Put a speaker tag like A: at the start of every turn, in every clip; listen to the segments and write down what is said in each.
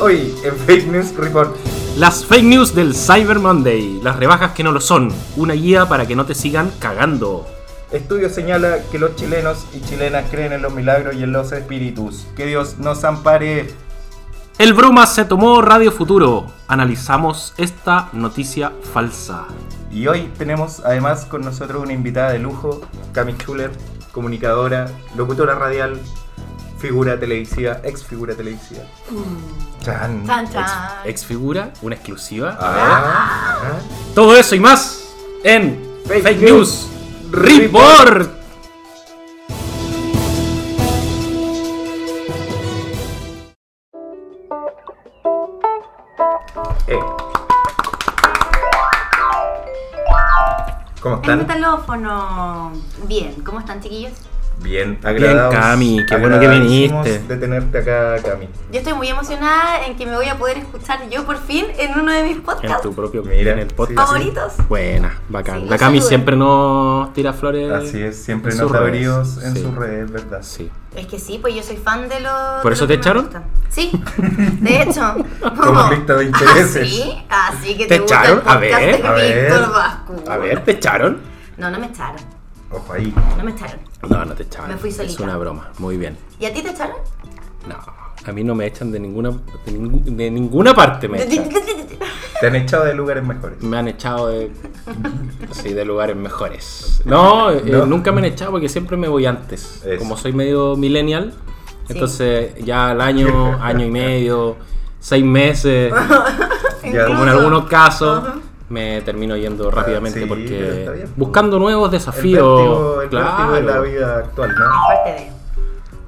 A: hoy en Fake News Report.
B: Las fake news del Cyber Monday, las rebajas que no lo son, una guía para que no te sigan cagando.
A: Estudio señala que los chilenos y chilenas creen en los milagros y en los espíritus. Que Dios nos ampare.
B: El Brumas se tomó Radio Futuro. Analizamos esta noticia falsa.
A: Y hoy tenemos además con nosotros una invitada de lujo, Cami Schuller, comunicadora, locutora radial, figura televisiva, ex figura televisiva. Chan.
C: Chan,
B: Ex,
C: chan.
B: ex figura, una exclusiva.
A: Ah.
B: Todo eso y más en Fake,
A: Fake
B: News Report.
A: Eh. ¿Cómo
C: El
A: están?
C: metalófono. Bien, ¿cómo están, chiquillos?
A: Bien, agradados.
B: Cami, qué bueno que
A: agradadísimos
B: viniste.
A: de tenerte acá, Cami.
C: Yo estoy muy emocionada en que me voy a poder escuchar yo por fin en uno de mis
B: En
C: podcasts
B: tu propio
A: Mira,
B: en el podcast.
A: sí,
C: favoritos.
B: Buena, bacán.
C: Sí,
B: la Cami
C: saluden.
B: siempre nos tira flores.
A: Así es, siempre
B: en
A: nos
B: sus redes.
A: abrimos en
B: Sí,
A: sus redes, ¿verdad?
B: Sí.
C: Es que sí, pues yo soy fan de los.
B: ¿Por
C: de
B: eso
C: lo
B: te
C: que me
B: echaron?
C: gusta. Sí, de hecho.
A: Conflicto de intereses.
C: Así, así que
B: ¿Te
C: te, gusta el
B: echaron? A
C: podcast
B: ver,
C: de
A: a ver.
C: Víctor Vasco.
B: A ver, ¿te echaron?
C: No, no me echaron.
A: Ojo ahí.
C: No me echaron.
B: No, no te echaron.
C: Me fui
B: Es
C: solita.
B: una broma. Muy bien.
C: ¿Y a ti te echaron?
B: No, a mí no me echan de ninguna de, ningú- de ninguna parte me echan.
A: Te han echado de lugares mejores.
B: Me han echado de sí, de lugares mejores. No, eh,
A: No.
B: nunca me han echado porque siempre me voy antes.
A: Eso.
B: Como soy medio millennial,
C: Sí.
B: entonces ya al año, año y medio, seis meses,
A: Ya,
B: como en algunos casos
C: Ajá.
B: me termino yendo rápidamente
A: Ah, sí, pero está
B: porque
A: bien. pues.
B: buscando nuevos
A: El
B: desafíos.
A: vértigo, el vértigo
B: claro.
A: de la vida actual, ¿no?
C: Parte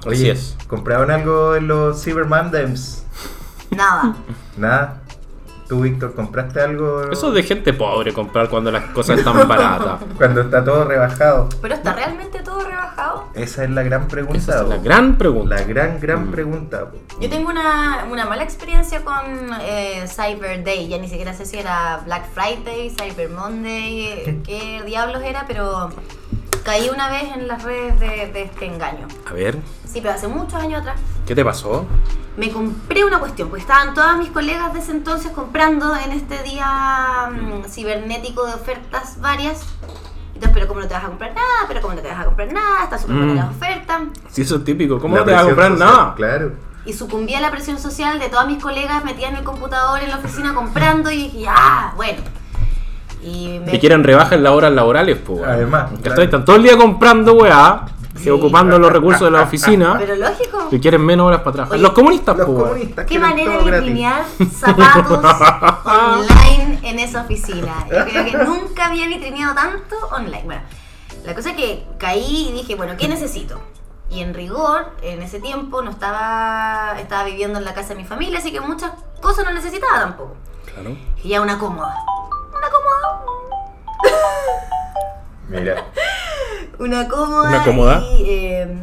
C: de.
B: Así es.
A: ¿compraron algo en los Cyber Mondays?
C: Nada.
A: Nada. ¿Tú, Víctor, compraste algo
B: Eso es de gente pobre comprar cuando las cosas están baratas.
A: cuando está todo rebajado?
C: Pero está realmente todo rebajado.
A: Esa es la gran pregunta.
B: Esa es la
A: po.
B: gran Mm. pregunta.
A: La gran, gran pregunta. po.
C: Yo tengo una, una mala experiencia con eh, Cyber Day, ya ni siquiera sé si era Black Friday, Cyber Monday, eh, qué diablos era, pero caí una vez en las redes de, de este engaño.
B: A ver,
C: Sí, pero hace muchos años atrás
B: ¿qué te pasó?
C: me compré una cuestión, porque estaban todas mis colegas de ese entonces comprando en este día mm, cibernético de ofertas varias. Entonces, pero ¿cómo no te vas a comprar nada? ¿Pero cómo no te vas a comprar nada? Está súper buena
B: Mm.
C: la oferta.
B: Si eso es típico, ¿cómo
A: La
B: no te vas a
A: presión
B: comprar
A: social,
B: nada?
A: Claro.
C: y sucumbí a la presión social de todas mis colegas metidas en el computador, en la oficina comprando y dije, ah, bueno. Y me...
B: Y quieren rebajas en las horas laborales, pues. weón.
A: Además,
B: Ya
A: claro.
B: Están todo el día comprando, weá,
C: Sí.
B: y ocupando los recursos de la oficina,
C: Pero lógico,
B: y quieren menos horas para trabajar.
C: Oye,
B: los comunistas,
A: Los
B: pues. weón.
A: comunistas
C: qué
A: quieren
C: manera
A: todo
C: de
A: gratis.
C: linear zapatos online en esa oficina. Yo creo que nunca había vitrineado tanto online. Bueno, la cosa es que caí y dije, bueno, ¿qué necesito? Y en rigor, en ese tiempo no estaba, estaba viviendo en la casa de mi familia, así que muchas cosas no necesitaba tampoco.
B: Claro.
C: Y ya una cómoda. Una cómoda,
A: Mira,
C: Una cómoda.
B: Una cómoda.
C: Y eh,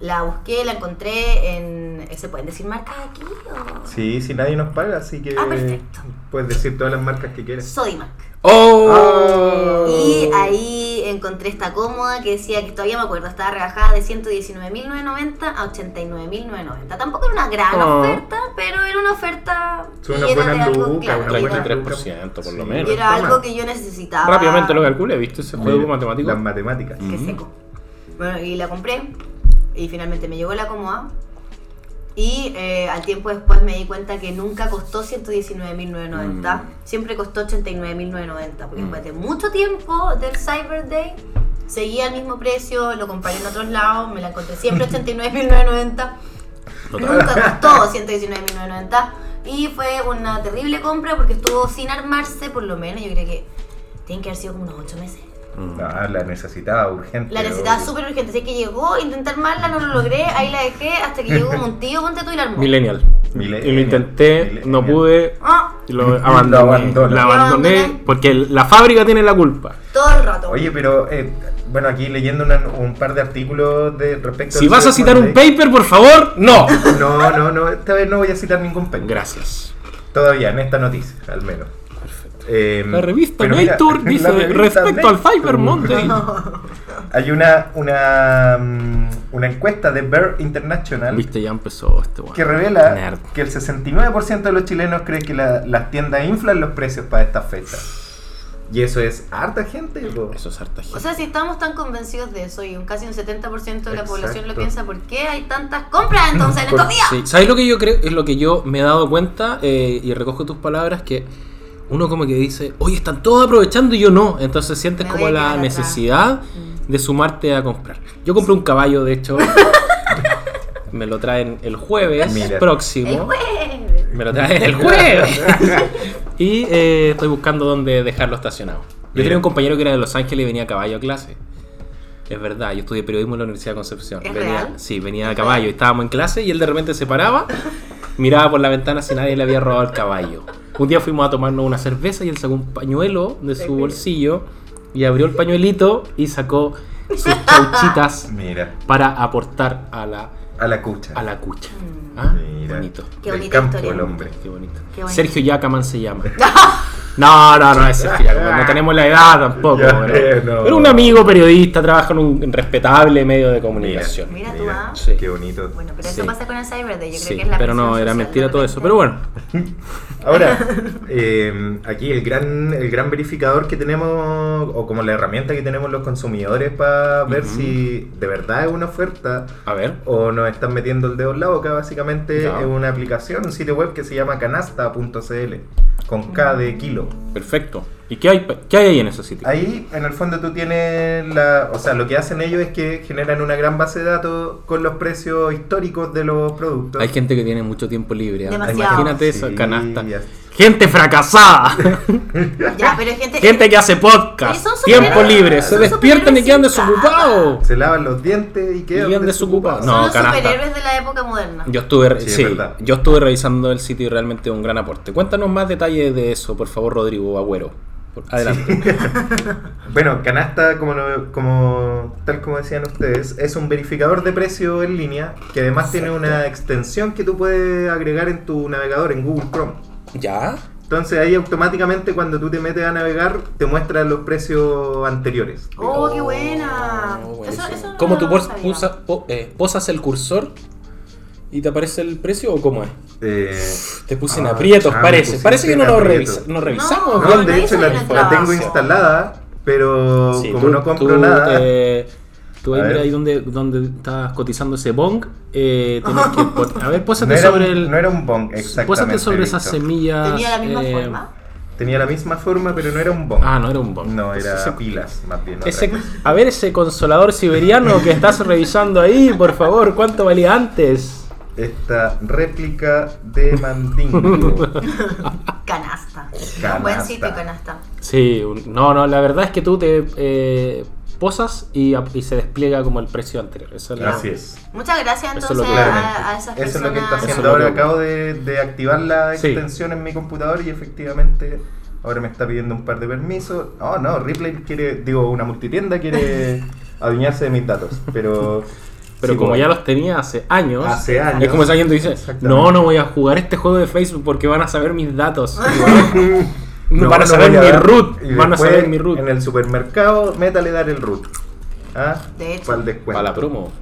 C: la busqué, la encontré en. eh, ¿Se pueden decir marcas aquí? O...
A: sí, si nadie nos paga, así que
C: Ah, perfecto.
A: puedes decir todas las marcas que quieras.
C: Sodimac.
B: ¡Oh!
C: Y ahí encontré esta cómoda que decía que todavía me acuerdo, estaba rebajada de 119.990 a 89.990. Tampoco era una gran
B: Ah.
C: oferta, pero era una oferta.
A: Es una
C: y era
A: buena
C: de algo,
A: luca,
C: claro,
A: una
C: y
A: buena
C: era-
B: 33% por lo
A: Sí.
B: menos. Mm.
C: y era
A: Toma.
C: algo que yo necesitaba.
B: Rápidamente lo calculé, ¿viste? Ese juego
A: Mira,
B: matemático.
A: Las matemáticas.
C: que
B: Ujú.
C: seco. Bueno, y la compré y finalmente me llegó la cómoda. Y eh, al tiempo después me di cuenta que nunca costó 119.990,
B: Mm.
C: siempre costó 89.990, porque
B: Mm.
C: después de mucho tiempo del Cyber Day seguía al mismo precio, lo comparé en otros lados, me la encontré siempre 89.990,
B: Total.
C: nunca costó 119.990 y fue una terrible compra porque estuvo sin armarse por lo menos, yo creo que tienen que haber sido como unos 8 meses.
B: Mm.
A: No, Ah, la necesitaba urgente.
C: La necesitaba
A: obvio.
C: súper urgente, así que llegó, intenté armarla, no lo logré, ahí la dejé hasta que llegó Montillo, ponte tú y la armó.
B: Millennial.
A: Millennial.
B: Y lo intenté, no
A: Millennial.
B: pude.
C: Ah,
B: y Lo
A: Lo
B: abandoné,
A: abandoné.
B: La
C: Lo
B: abandoné
C: abandoné.
B: porque la fábrica tiene la culpa.
C: todo el rato.
A: Oye, pero eh, bueno, aquí leyendo una- un par de artículos de respecto
B: Si
A: al
B: vas
A: Cyber
B: a citar un
A: Monday-
B: paper, por favor, no.
A: No, no, no, esta vez no voy a citar ningún paper.
B: Gracias.
A: Todavía, en esta noticia, al menos.
B: Perfecto.
A: Eh,
B: La revista
A: pero mira,
B: Nature
A: la
B: dice
A: revista
B: respecto al
A: Nature".
B: Cyber Monday.
A: Hay una, una, mm, una encuesta de Bear International
B: Viste, ya empezó este weón.
A: que revela
B: Nerd.
A: que el 69% de los chilenos cree que la- las tiendas inflan los precios para estas fechas. Y eso es harta gente. po.
B: Eso es harta gente.
C: O sea, si estamos tan convencidos de eso y un casi un 70% de la
A: Exacto.
C: población lo piensa, ¿por qué hay tantas compras entonces en estos días?
B: Sí, ¿Sabes lo que yo creo? Es lo que yo me he dado cuenta eh, y recojo tus palabras que uno como que dice, oye, están todos aprovechando y yo no. Entonces sientes
C: Me
B: como
C: voy a quedar
B: la
C: atrás.
B: necesidad de sumarte a comprar. Yo compré un caballo, de hecho. me lo traen el jueves
A: Mira.
B: próximo.
C: El jueves.
B: Me lo traen el jueves. y eh, estoy buscando dónde dejarlo estacionado. Yo
A: Mira.
B: tenía un compañero que era de Los Ángeles y venía a caballo a clase. Es verdad, yo estudié periodismo en la Universidad de Concepción.
C: ¿Es
B: venía,
C: real?
B: Sí, venía a caballo. y Estábamos en clase y él de repente se paraba, miraba por la ventana si nadie le había robado el caballo. Un día fuimos a tomarnos una cerveza y él sacó un pañuelo de su bolsillo y abrió el pañuelito y sacó sus cauchitas
A: Mira,
B: para aportar a la,
A: a la cucha.
B: a la cucha.
C: Mm.
B: ¿Ah?
A: Mira,
B: Bonito.
C: Qué
A: del
C: bonita
A: campo
C: historia.
A: el hombre.
B: Qué bonito.
C: Qué bonito.
B: Sergio Yacaman se llama. No, no, no es Sergio Yacaman. No tenemos la edad tampoco.
A: Ya,
B: pero,
A: eh, no.
B: pero un amigo periodista, trabaja en un respetable medio de comunicación.
C: Mira tú,
A: Mira,
C: ah.
B: Sí.
A: Qué bonito.
C: Bueno, pero
B: Sí.
C: eso pasa con el Cyber Day. Yo
B: Sí,
C: creo que es la
B: pero no,
C: presión
B: era
C: social,
B: mentira
C: de
B: todo eso.
C: repente.
B: Pero bueno,
A: Ahora, eh, aquí el gran, el gran verificador que tenemos, o como la herramienta que tenemos los consumidores para ver
B: Ujú.
A: si de verdad es una oferta
B: a ver.
A: o nos están metiendo el dedo en la boca, básicamente
B: Ya.
A: es una aplicación, un sitio web que se llama canasta.cl, con K de kilo.
B: Perfecto. ¿Y qué hay, pa- qué hay ahí en ese sitio?
A: Ahí, en el fondo, tú tienes la. O sea, lo que hacen ellos es que generan una gran base de datos con los precios históricos de los productos.
B: Hay gente que tiene mucho tiempo libre. ¿ah?
C: Demasiado.
B: Imagínate
A: Sí,
B: esa canasta.
A: ya.
B: Gente fracasada.
C: Ya, pero hay gente.
B: gente que hace
C: Y
B: podcast.
C: son súper-
B: Tiempo libre. Se
C: son súper
B: despiertan y quedan
C: desinteresadas.
B: desocupados.
A: Se lavan los dientes y quedan
B: quedan
A: desocupados.
B: desocupados. No,
C: son los
B: canasta.
C: superhéroes de la época moderna.
B: Yo estuve, re-
A: Sí,
B: sí,
A: es verdad.
B: yo estuve revisando el sitio y realmente un gran aporte. Cuéntanos más detalles de eso, por favor, Rodrigo Agüero. Por- Adelante.
A: Bueno, Canasta, como, lo- como tal como decían ustedes, es un verificador de precio en línea que además tiene una extensión que tú puedes agregar en tu navegador, en Google Chrome.
B: ¿Ya?
A: Entonces ahí automáticamente cuando tú te metes a navegar te muestra los precios anteriores.
C: Oh, qué buena.
B: Oh,
C: Eso,
B: buenísimo.
C: eso no
B: ¿Cómo tú
C: lo
B: pos-
C: sabía.
B: posa- po- eh, posas el cursor y te aparece el precio o cómo es?
A: Eh,
B: Te puse en
A: Ah,
B: aprietos,
A: ah, me
B: parece.
A: pusiste
B: Parece que no
A: en
B: lo
A: aprietos.
B: revisa- no revisamos.
A: no,
C: no
A: de hecho
C: hizo
A: la,
C: la
A: la
C: trabajo.
A: tengo instalada, pero
B: Sí,
A: como
B: tú-
A: no compro
B: tú,
A: nada...
B: eh, tú ahí
A: A
B: mira
A: ver.
B: ahí donde, donde estás cotizando ese bong. eh, tienes que pon- a ver,
A: No
B: pósate
A: era,
B: sobre el.
A: un, no era un bong,
B: Pósate
A: exactamente.
B: sobre
A: Víctor.
B: esas semillas.
C: Tenía la misma
B: eh,
C: forma.
A: Tenía la misma forma, pero no era un bong.
B: Ah, no era un bong.
A: No,
B: Pues
A: era
B: ese-
A: pilas, más bien. otra
B: ese-
A: cosa.
B: a ver ese consolador siberiano que estás revisando ahí, por favor, ¿cuánto valía antes?
A: Esta réplica de Mandingo.
C: Canasta.
A: Canasta.
C: Un buen sitio, canasta.
B: Sí, un- no, no, la verdad es que tú te eh, posas y, ap- y se despliega como el precio anterior. Esa es la-
A: Así es.
C: Muchas gracias
B: Eso es lo
C: entonces
B: que-
C: a, a esas
A: Claramente.
C: personas.
A: Eso es lo que está
B: Eso es
A: haciendo
B: lo
A: ahora.
B: que-
A: Acabo de, de activar la
B: Sí.
A: extensión en mi computador y efectivamente ahora me está pidiendo un par de permisos. Oh, no, Ripley quiere, digo, una multitienda quiere adueñarse de mis datos, pero...
B: Pero
A: sí,
B: como
A: bueno,
B: ya los tenía hace años,
A: Hace años.
B: es como si alguien te dice,
A: Exactamente.
B: no, no voy a jugar este juego de Facebook porque van a saber mis datos. No, van a saber
A: voy
B: mi
A: dar-
B: root.
A: y
B: Van a
A: después,
B: saber mi root.
A: En el supermercado, métale dar el root. ¿Ah?
C: De hecho.
A: Para el descuento.
B: Para la promo.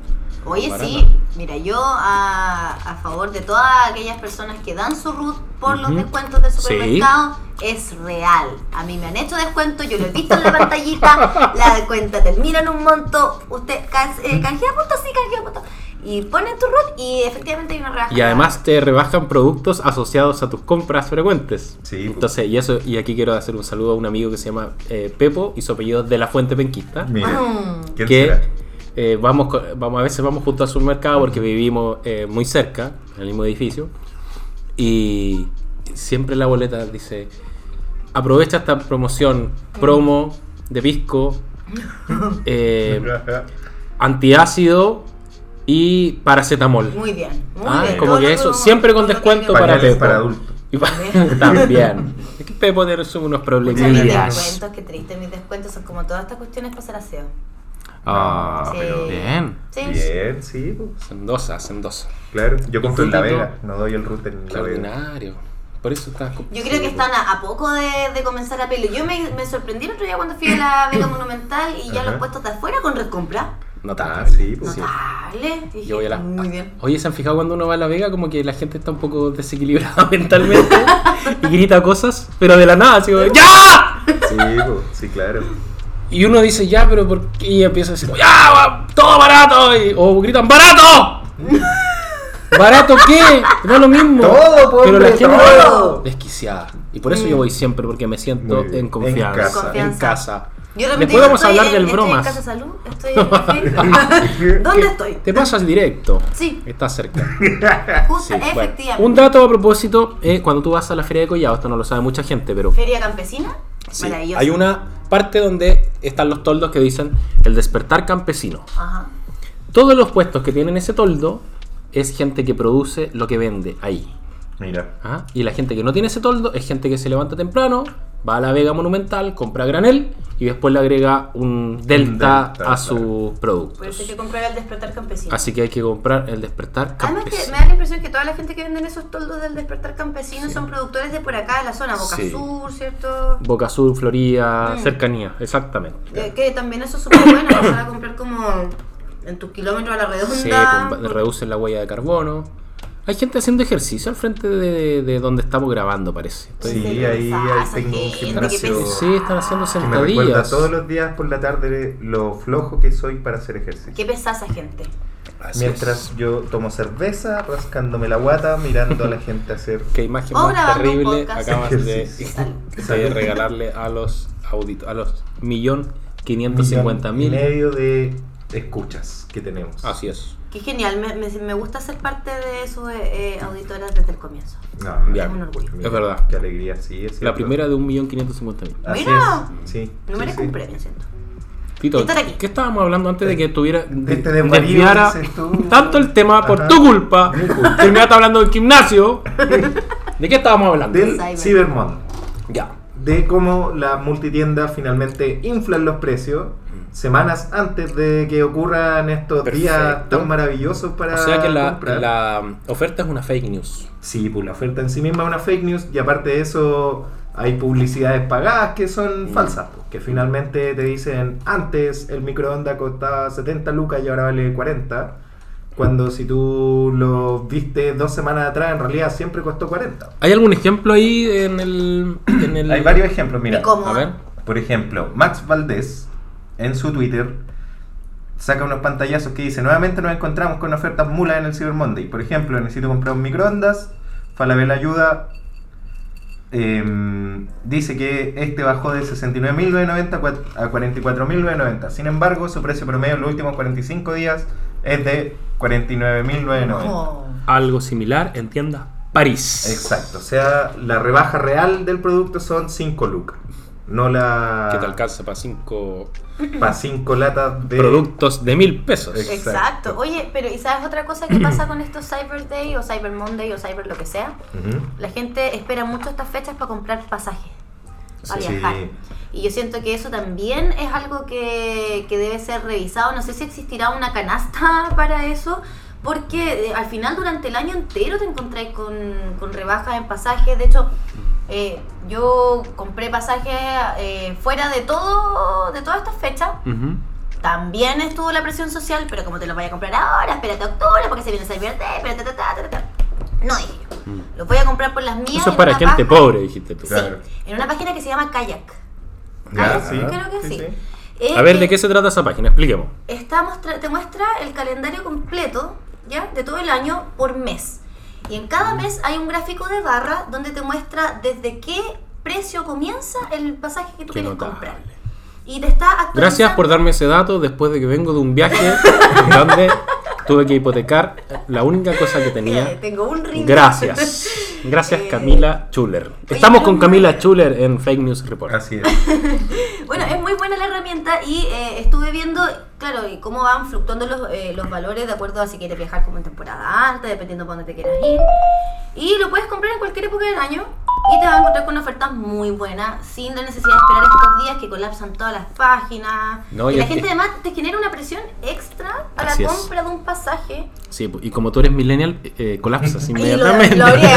C: Oye,
B: Barata.
C: sí, mira, yo a, a favor de todas aquellas personas que dan su root por los
B: Ujú.
C: descuentos del
B: Sí.
C: supermercado, es real. A mí me han hecho descuentos, yo lo he visto en la pantallita, la cuenta termina en un monto, usted can, eh, canjea punto, sí, canjea punto, y ponen tu root y efectivamente hay una rebaja.
B: Y además te rebajan productos asociados a tus compras frecuentes.
A: Sí, pues.
B: Entonces, y eso, y aquí quiero hacer un saludo a un amigo que se llama eh, Pepo y su apellido es de la Fuente Penquista.
A: Mira,
C: Mm.
A: ¿quién
B: que
A: será?
B: eh, vamos, co- vamos, a veces vamos junto al supermercado porque vivimos eh, muy cerca, en el mismo edificio. Y siempre la boleta dice: aprovecha esta promoción, promo de pisco, eh, antiácido y paracetamol.
C: Muy bien, muy
B: Ah,
C: bien.
B: como
C: Todo
B: que
C: lo
B: eso,
C: uno-
B: siempre con
C: todo lo que
B: descuento
C: uno-
B: para
A: Pañales
B: Pepo.
A: para adultos.
B: Y pa- también. Es que Pepo tiene su- unos
C: Pucha, mis
B: problemillas.
C: descuentos, qué triste, mis descuentos son como todas estas cuestiones para hacer aseo.
B: Ah,
C: Sí.
A: pero-
B: bien.
C: Sí.
A: Bien, sí, pues,
B: Sendosa, sendosa.
A: claro. Yo compro en la
B: Instituto.
A: vega, no doy el root en la vega.
B: Extraordinario. Por eso estás con-
C: Yo creo que están a, a poco de, de comenzar a pelo. Yo me, me sorprendí el otro día cuando fui a la Vega Monumental y ya
A: Ajá.
C: los puestos de afuera con red compra.
B: Notable.
A: Ah, sí, pues sí.
C: Notable. Dije,
B: Yo voy a la-
C: Muy bien.
B: Oye, ¿se han fijado cuando uno va a la vega como que la gente está un poco desequilibrada mentalmente y grita cosas, pero de la nada, así como, ¡Ya!
A: Sí, pues, sí, claro.
B: Y uno dice, ya, pero ¿por qué? Y empieza así como, ¡Ya! va, ¡Todo barato! Y- o gritan, ¡Barato! ¿Barato qué? No es lo mismo.
A: Todo, po,
B: Pero la
A: hombre,
B: gente
A: todo. Mm.
B: desquiciada. Y por eso yo voy siempre, porque me siento
A: Muy bien.
B: en confianza.
A: En casa.
B: En
C: Confianza.
B: casa.
C: Yo repetí,
B: Después vamos a
C: estoy
B: hablar del
C: en-
B: bromas.
C: Estoy en Casa Salud, estoy en Perfil. ¿Dónde estoy?
B: Te pasas directo.
C: Sí.
B: Está cerca. Sí,
C: Justo,
B: bueno.
C: efectivamente.
B: Un dato a propósito, eh, cuando tú vas a la feria de Collado, esto no lo sabe mucha gente, pero
C: Feria Campesina.
B: sí,
C: Maravilloso.
B: hay una parte donde están los toldos que dicen el despertar campesino.
C: Ajá.
B: Todos los puestos que tienen ese toldo es gente que produce lo que vende ahí.
A: Mira.
B: Ajá. Y la gente que no tiene ese toldo es gente que se levanta temprano, va a la Vega Monumental, compra granel y después le agrega un delta,
A: delta,
B: a sus
C: Por eso hay
B: productos.
C: que comprar el despertar campesino.
B: Así que hay que comprar el despertar
C: Además que
B: campesino.
C: me da la impresión que toda la gente que venden esos toldos del despertar campesino son productores de por acá, de la zona Boca
B: Sí.
C: Sur, ¿cierto?
B: Boca Sur, Florida,
C: Mm.
B: cercanía, exactamente.
C: Que, Eh, que también eso es súper bueno, vas a comprar como en tus kilómetros a la
B: Sí, pues,
C: redonda.
B: compa- reducen la huella de carbono. Hay gente haciendo ejercicio al frente de, de donde estamos grabando, parece. Estoy-
A: Sí,
C: Sí,
A: ahí, ahí
C: esa
A: tengo un
C: gente que
A: gimnasio.
C: pesa.
B: Sí, están haciendo
A: Que me recuerda
B: sentadillas.
A: todos los días por la tarde lo flojo que soy para hacer ejercicio.
C: Qué pesa esa gente.
B: Así
A: Mientras
B: es.
A: yo tomo cerveza, rascándome la guata, mirando a la gente hacer.
B: Qué imagen
C: O
B: más
C: grabando un
B: terrible
C: podcast.
B: acabas de,
A: Ejercicio.
B: de regalarle a los auditos, a los millón quinientos cincuenta
A: En
B: mil. Ah,
A: medio de escuchas que tenemos.
B: Así es.
C: Qué genial, me, me- me gusta ser parte de esos eh, eh, auditoras desde el comienzo.
A: No,
B: Ya,
C: Es un orgullo.
A: mira,
B: es verdad.
A: Qué alegría, sí. Es
B: La
A: cierto.
B: primera de un millón quinientos cincuenta mil.
A: Así
C: Mira.
A: es, Sí.
C: No
A: sí,
C: me
A: sí.
C: un premio, ¿cierto?
B: Tito,
C: Estar aquí.
B: ¿qué estábamos hablando antes de que tuviera
A: De este
B: de-
A: desvarío,
B: desviara
A: dices tú.
B: tanto el tema por
A: Ajá.
B: tu culpa?
A: Mi culpa.
B: Terminaste hablando del gimnasio. ¿De qué estábamos hablando?
A: Del
C: Cyber.
A: Cybermon.
B: Ya.
A: De cómo las multitiendas finalmente inflan los precios
B: Mm.
A: semanas antes de que ocurran estos días
B: Perfecto.
A: tan maravillosos para
B: O sea que la,
A: comprar.
B: la oferta es una fake news.
A: Sí, pues la oferta en sí misma es una fake news y aparte de eso hay publicidades pagadas que son
B: Mm.
A: falsas, pues, que finalmente te dicen antes el microondas costaba 70 lucas y ahora vale 40, cuando si tú lo viste dos semanas atrás en realidad siempre costó 40.
B: ¿Hay algún ejemplo ahí en el. en el-
A: Hay varios ejemplos, mira.
C: ¿Y cómo?
B: A ver.
A: Por ejemplo, Max Valdés en su Twitter saca unos pantallazos que dice, nuevamente nos encontramos con ofertas mulas en el Cyber Monday. Por ejemplo, necesito comprar un microondas, Falabella ayuda. em, dice que este bajó de 69.990 cua- a 44.990. Sin embargo, su precio promedio en los últimos 45 días es de 49.990.
C: No.
B: Algo similar en tienda París.
A: Exacto, o sea, la rebaja real del producto son 5 lucas. No la...
B: Que te alcanza para cinco
A: Para 5 latas de...
B: productos de mil pesos.
A: Exacto.
C: Exacto. Oye, pero ¿y sabes otra cosa que pasa con estos Cyber Day o Cyber Monday o Cyber lo que sea?
A: Ujú.
C: La gente espera mucho estas fechas para comprar pasajes, para
A: Sí.
C: viajar. Y yo siento que eso también es algo que, que debe ser revisado. No sé si existirá una canasta para eso, porque eh, al final durante el año entero te encontráis con, con rebajas en pasajes. De hecho, eh, yo compré pasajes eh, fuera de todo de todas estas fechas.
B: Ujú.
C: También estuvo la presión social, pero como te lo voy a comprar ahora, espérate a octubre porque se viene Cyber Day, pero ta, ta, ta, ta, ta. No dije yo.
B: Mm.
C: Los voy a comprar por las mías.
B: Eso es
C: en
B: para
C: una
B: gente
C: paja-
B: pobre, dijiste tú.
C: Sí,
A: Claro.
C: en una página que se llama Kayak.
A: Ya,
C: Ah,
A: sí.
C: creo que sí. Eh,
B: A ver,
C: eh,
B: ¿de qué se trata esa página? Expliquemos.
C: Está mostra- te muestra el calendario completo, ¿ya? De todo el año por mes. Y en cada mes hay un gráfico de barra donde te muestra desde qué precio comienza el pasaje que tú
B: Qué
C: quieres
B: notable.
C: comprar. Y te está actualizando-
B: Gracias por darme ese dato después de que vengo de un viaje en donde tuve que hipotecar la única cosa que
C: Eh,
B: tenía.
C: Tengo un ring.
B: Gracias. Gracias
C: Eh,
B: Camila Chuler. Estamos
C: pero-
B: con Camila Chuler en Fake News Report.
A: Así es.
C: Bueno, es muy buena la herramienta y eh, estuve viendo, claro, y cómo van fluctuando los, eh, los valores de acuerdo a si quieres viajar como en temporada alta, dependiendo para dónde te quieras ir. Y lo puedes comprar en cualquier época del año y te vas a encontrar con ofertas muy buenas, sin la necesidad de esperar estos días que colapsan todas las páginas.
B: No,
C: y
B: y
C: la
B: es
C: gente
B: que-
C: además te genera una presión extra a la
B: Así es.
C: compra de un pasaje
B: Sí, y como tú eres millennial, eh, colapsas
C: Y
B: inmediatamente.
C: Lo, lo habría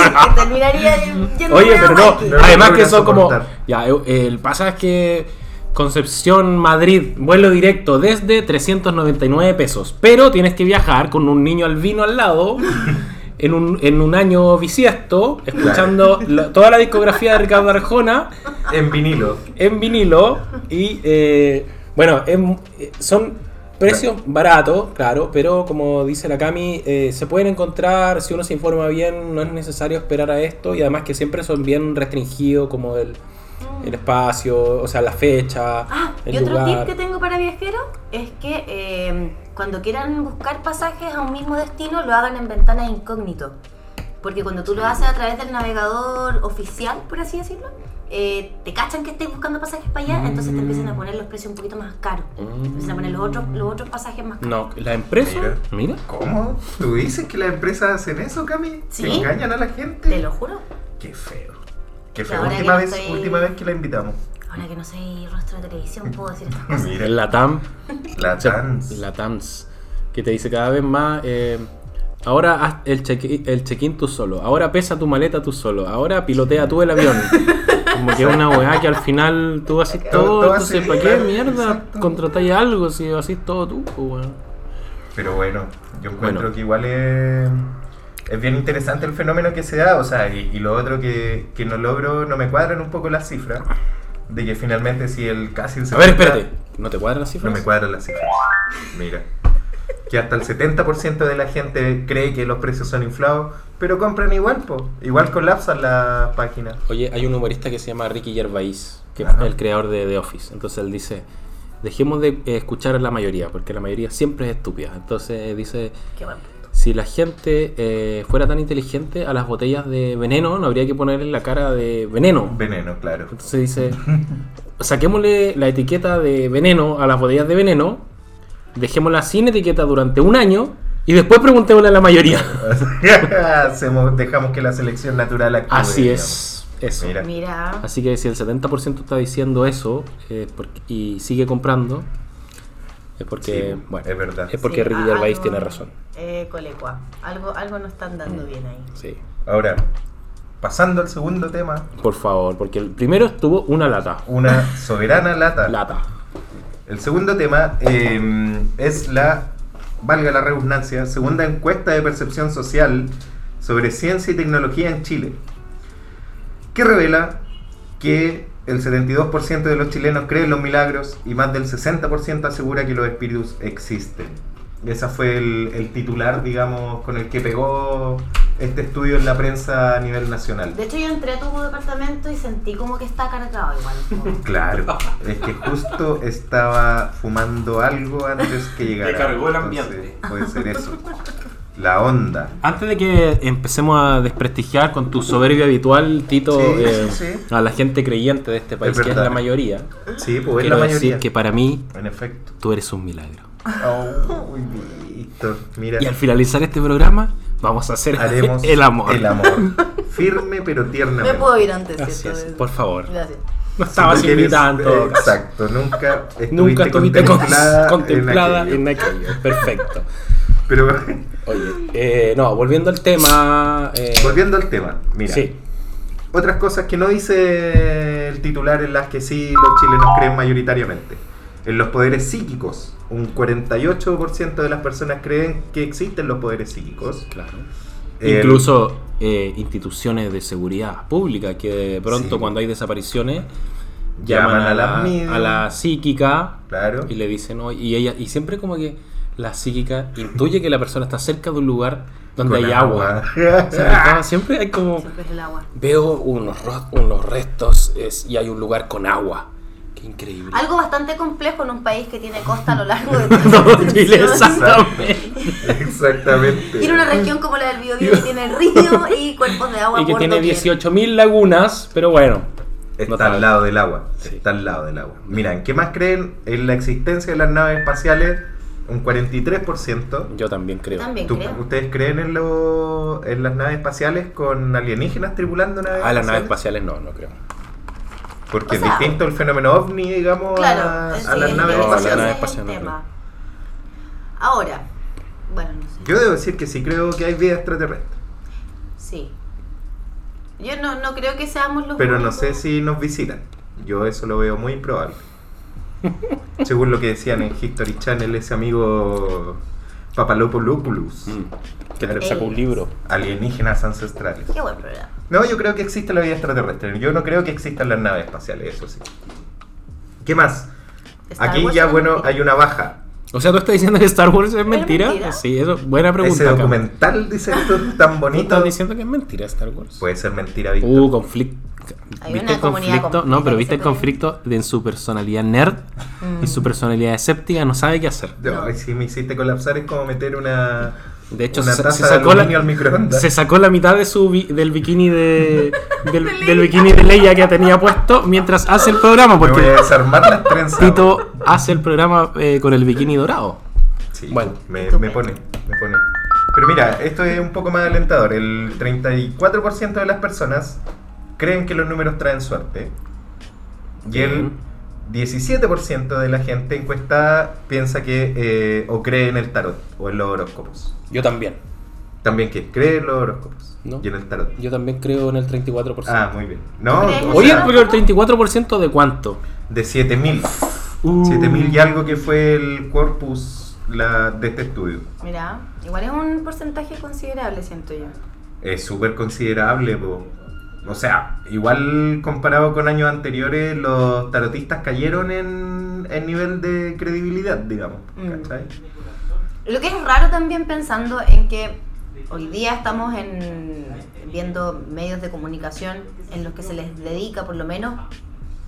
C: ahí, que terminaría yendo
B: Oye, pero no.
A: No lo
B: Además que
A: logran
B: son como...
A: soportar.
B: Ya, eh, el pasaje que Concepción, Madrid, vuelo directo desde 399 pesos. Pero tienes que viajar con un niño albino al lado. En un, en un año bisiesto, escuchando la- toda la discografía de Ricardo Arjona
A: En vinilo.
B: en vinilo. Y eh, bueno, em- eh, son precios baratos, claro, pero como dice la Cami, eh, se pueden encontrar, si uno se informa bien, no es necesario esperar a esto. Y además que siempre son bien restringidos, como el, el espacio, o sea, la fecha,
C: Ah,
B: el
C: y otro
B: lugar.
C: tip que tengo para viajeros es que eh, cuando quieran buscar pasajes a un mismo destino lo hagan en ventanas incógnito. Porque cuando tú lo haces a través del navegador oficial, por así decirlo, eh, te cachan que estés buscando pasajes para allá, entonces te empiezan a poner los precios un poquito más caros.
B: Mm.
C: Empiezan a poner los otros, los otros pasajes más caros.
B: No, la empresa,
A: Mira.
B: mira.
A: ¿Cómo? ¿Tú dices que las empresas hacen eso, Cami?
C: Sí.
A: ¿Que engañan a la gente?
C: Te lo juro.
A: Qué feo. Qué
C: Que
A: feo.
C: ahora que
A: Última
C: no
A: vez,
C: estoy-
A: última vez que la invitamos.
C: Ahora que no soy rostro de televisión, puedo decir estas cosas.
A: Mira,
B: El Latam.
A: la
B: O sea,
A: trans.
B: La TAMS. Que te dice cada vez más. eh, ahora haz el check- el check-in tú solo. Ahora pesa tu maleta tú solo. Ahora pilotea tú el avión. Como que es una weá que al final tú haces
A: Todo-
B: todo.
A: todo
B: entonces,
A: haces,
B: ¿para qué
A: claro,
B: mierda
A: exacto.
B: contratáis algo si haces todo tú, po, weón?
A: Pero bueno, yo encuentro
B: Bueno.
A: que igual es, es bien interesante el fenómeno que se da, o sea, y, y lo otro que, que no logro, no me cuadran un poco las cifras, de que finalmente si el casi el
B: A ver,
A: 70
B: espérate. ¿No te cuadran las
A: No
B: cifras?
A: me cuadran las cifras. Mira. Que hasta el 70% de la gente cree que los precios son inflados, pero compran igual, po. Igual colapsan las páginas.
B: Oye, hay un humorista que se llama Ricky Gervais, que
A: Ajá.
B: es el creador de The Office. Entonces él dice, dejemos de eh, escuchar a la mayoría, porque la mayoría siempre es estúpida. Entonces dice,
C: Qué bueno.
B: Si la gente eh, fuera tan inteligente, a las botellas de veneno no habría que ponerle la cara de veneno.
A: Veneno, claro.
B: Entonces dice, saquémosle la etiqueta de veneno a las botellas de veneno, dejémosla sin etiqueta durante un año y después preguntémosle a la mayoría.
A: Hacemos, dejamos que la selección natural actúe.
B: Así
A: digamos.
B: es, eso.
A: Ah, Mira.
C: Mira.
B: Así que si el 70% está diciendo eso eh, porque- y sigue comprando, es porque,
A: Sí,
B: bueno,
A: es verdad.
B: es porque
C: Sí,
B: Ricky Gervais
C: algo-
B: tiene razón. Mm.
C: Eh, colecua. Algo, algo no están dando bien ahí.
B: Sí.
A: Ahora, pasando al segundo tema,
B: Por favor, porque el primero estuvo una lata.
A: una soberana lata.
B: Lata.
A: El segundo tema eh, es la, valga la redundancia, segunda encuesta de percepción social sobre ciencia y tecnología en Chile, que revela que el 72% de los chilenos creen los milagros y más del 60% asegura que los espíritus existen. Ese fue el, el titular, digamos, con el que pegó este estudio en la prensa a nivel nacional.
C: De hecho, yo entré a tu departamento y sentí como que está cargado igual. como-
A: Claro, es que justo estaba fumando algo antes que llegara.
D: Le cargó el
A: Entonces,
D: ambiente.
A: Puede ser eso. La onda.
B: Antes de que empecemos a desprestigiar con tu soberbia habitual, Tito,
A: Sí,
B: eh,
A: sí, sí.
B: a la gente creyente de este país, que es
A: verdad.
B: la mayoría,
A: Sí, pues es
B: quiero
A: la
B: decir
A: mayoría.
B: que para mí
A: En efecto.
B: tú eres un milagro.
A: Oh, Víctor, mira.
B: Y al finalizar este programa, vamos a hacer
A: haremos
B: el amor.
A: El amor. Firme pero
C: Me
A: tiernamente.
C: puedo ir antes,
B: Así
C: ¿cierto?
B: es, por favor.
C: Gracias.
B: No estabas
A: Si tú quieres-
B: invitada en todo caso.
A: eh, Exacto, nunca estuviste,
B: Nunca estuviste
A: contemplada,
B: con- contemplada
A: aquello.
B: en aquello. Perfecto.
A: Pero
B: Oye, eh, no, volviendo al tema. eh,
A: volviendo al tema, mira.
B: Sí,
A: Otras cosas que no dice el titular en las que sí los chilenos creen mayoritariamente. En los poderes psíquicos. Un 48% de las personas creen que existen los poderes psíquicos.
B: claro.
A: El-
B: Incluso eh, instituciones de seguridad pública que de pronto
A: Sí.
B: cuando hay desapariciones
A: Llaman a la media.
B: a la psíquica
A: Claro.
B: y le dicen "Oye", y ella y siempre como que la psíquica intuye que la persona está cerca de un lugar donde
A: Con
B: hay agua. O sea, acá siempre hay como
C: Siempre es el agua.
B: veo unos ro- unos restos es- y hay un lugar con agua. Qué increíble.
C: Algo bastante complejo en un país que tiene costa a lo largo de
B: Todo
C: su
B: Chile,
C: extensión.
B: exactamente.
A: Exactamente.
C: Tiene una región como la del Biobío que tiene río y cuerpos de agua
B: Y que
C: por
B: tiene
C: doquier.
B: 18.000 lagunas, pero bueno. no
A: Está
B: tan-
A: al lado del agua.
B: Sí.
A: Está al lado del agua. Mira, ¿en qué más creen? En la existencia de las naves espaciales, un 43%.
B: Yo también creo.
C: También
A: ¿Tú-
C: creo.
A: ¿Ustedes creen en, lo- en las naves espaciales con alienígenas tripulando naves
B: A las naves
A: espaciales?
B: espaciales no, no creo.
A: Porque
C: O sea,
A: es distinto el fenómeno ovni, digamos, a-
C: Claro,
A: a,
C: sí,
A: las naves
B: No, a las
A: espaciales.
B: naves
C: ese es el
B: espaciales no
C: tema. Ahora, Bueno, no sé.
A: Yo debo decir que sí creo que hay vida extraterrestre.
C: Sí. Yo no, no creo que seamos los
A: Pero no
C: únicos.
A: sé si nos visitan. Yo eso lo veo muy improbable. Según lo que decían en History Channel, ese amigo Papalopoulos.
B: Mm. Que
A: Claro.
B: te sacó un libro.
A: Alienígenas ancestrales.
C: Qué buen programa.
A: No, yo creo que existe la vida extraterrestre. Yo no creo que existan las naves espaciales, eso sí. ¿Qué más?
C: Star
A: Aquí
C: Wars
A: ya,
C: es
A: bueno,
C: mentira.
A: hay una baja.
B: O sea, ¿tú estás diciendo que Star Wars es mentira?
C: mentira?
B: Sí, eso, buena pregunta.
A: Ese
B: Cam.
A: documental, dice esto, tan
B: ¿Tú
A: bonito.
B: estás diciendo que es mentira Star Wars?
A: Puede ser mentira, Víctor.
B: Uh, conflicto.
C: Hay
B: ¿Viste
C: una
B: el
C: comunidad
B: conflicto?
C: completa
B: No, pero
C: que
B: viste
C: se
B: el
C: pelea.
B: conflicto de en su personalidad nerd
C: Mm.
B: y su personalidad escéptica no sabe qué hacer.
A: No,
C: No.
A: si me hiciste colapsar es como meter una,
B: De hecho,
A: una
B: se,
A: taza
B: se
A: de
B: sacó la,
A: aluminio al microondas.
B: se sacó la mitad de su bi- del bikini de del, del bikini de Leia que tenía puesto mientras hace el programa
A: Me voy a
B: porque
A: desarmar las trenzas.
B: Tito hace el programa eh, con el bikini dorado.
A: Sí,
B: Bueno.
A: me, me pone, me pone. Pero mira, esto es un poco más alentador. El 34% de las personas creen que los números traen suerte. Y el 17% de la gente encuestada piensa que eh, o cree en el tarot o en los horóscopos.
B: Yo también.
A: También que cree en los horóscopos
B: No.
A: y en el tarot.
B: Yo también creo en el 34%.
A: Ah, muy bien. No,
C: ¿Crees?
A: o
B: Oye,
A: sea,
B: pero el 34% de cuánto?
A: de 7000.
B: Uh.
A: 7000 y algo que fue el corpus la, de este estudio.
C: Mira, igual es un porcentaje considerable, siento yo.
A: Es súper considerable, po. O sea, igual comparado con años anteriores, los tarotistas cayeron en, en nivel de credibilidad, digamos.
C: Mm.
A: ¿cachai?
C: Lo que es raro también pensando en que hoy día estamos en, viendo medios de comunicación en los que se les dedica por lo menos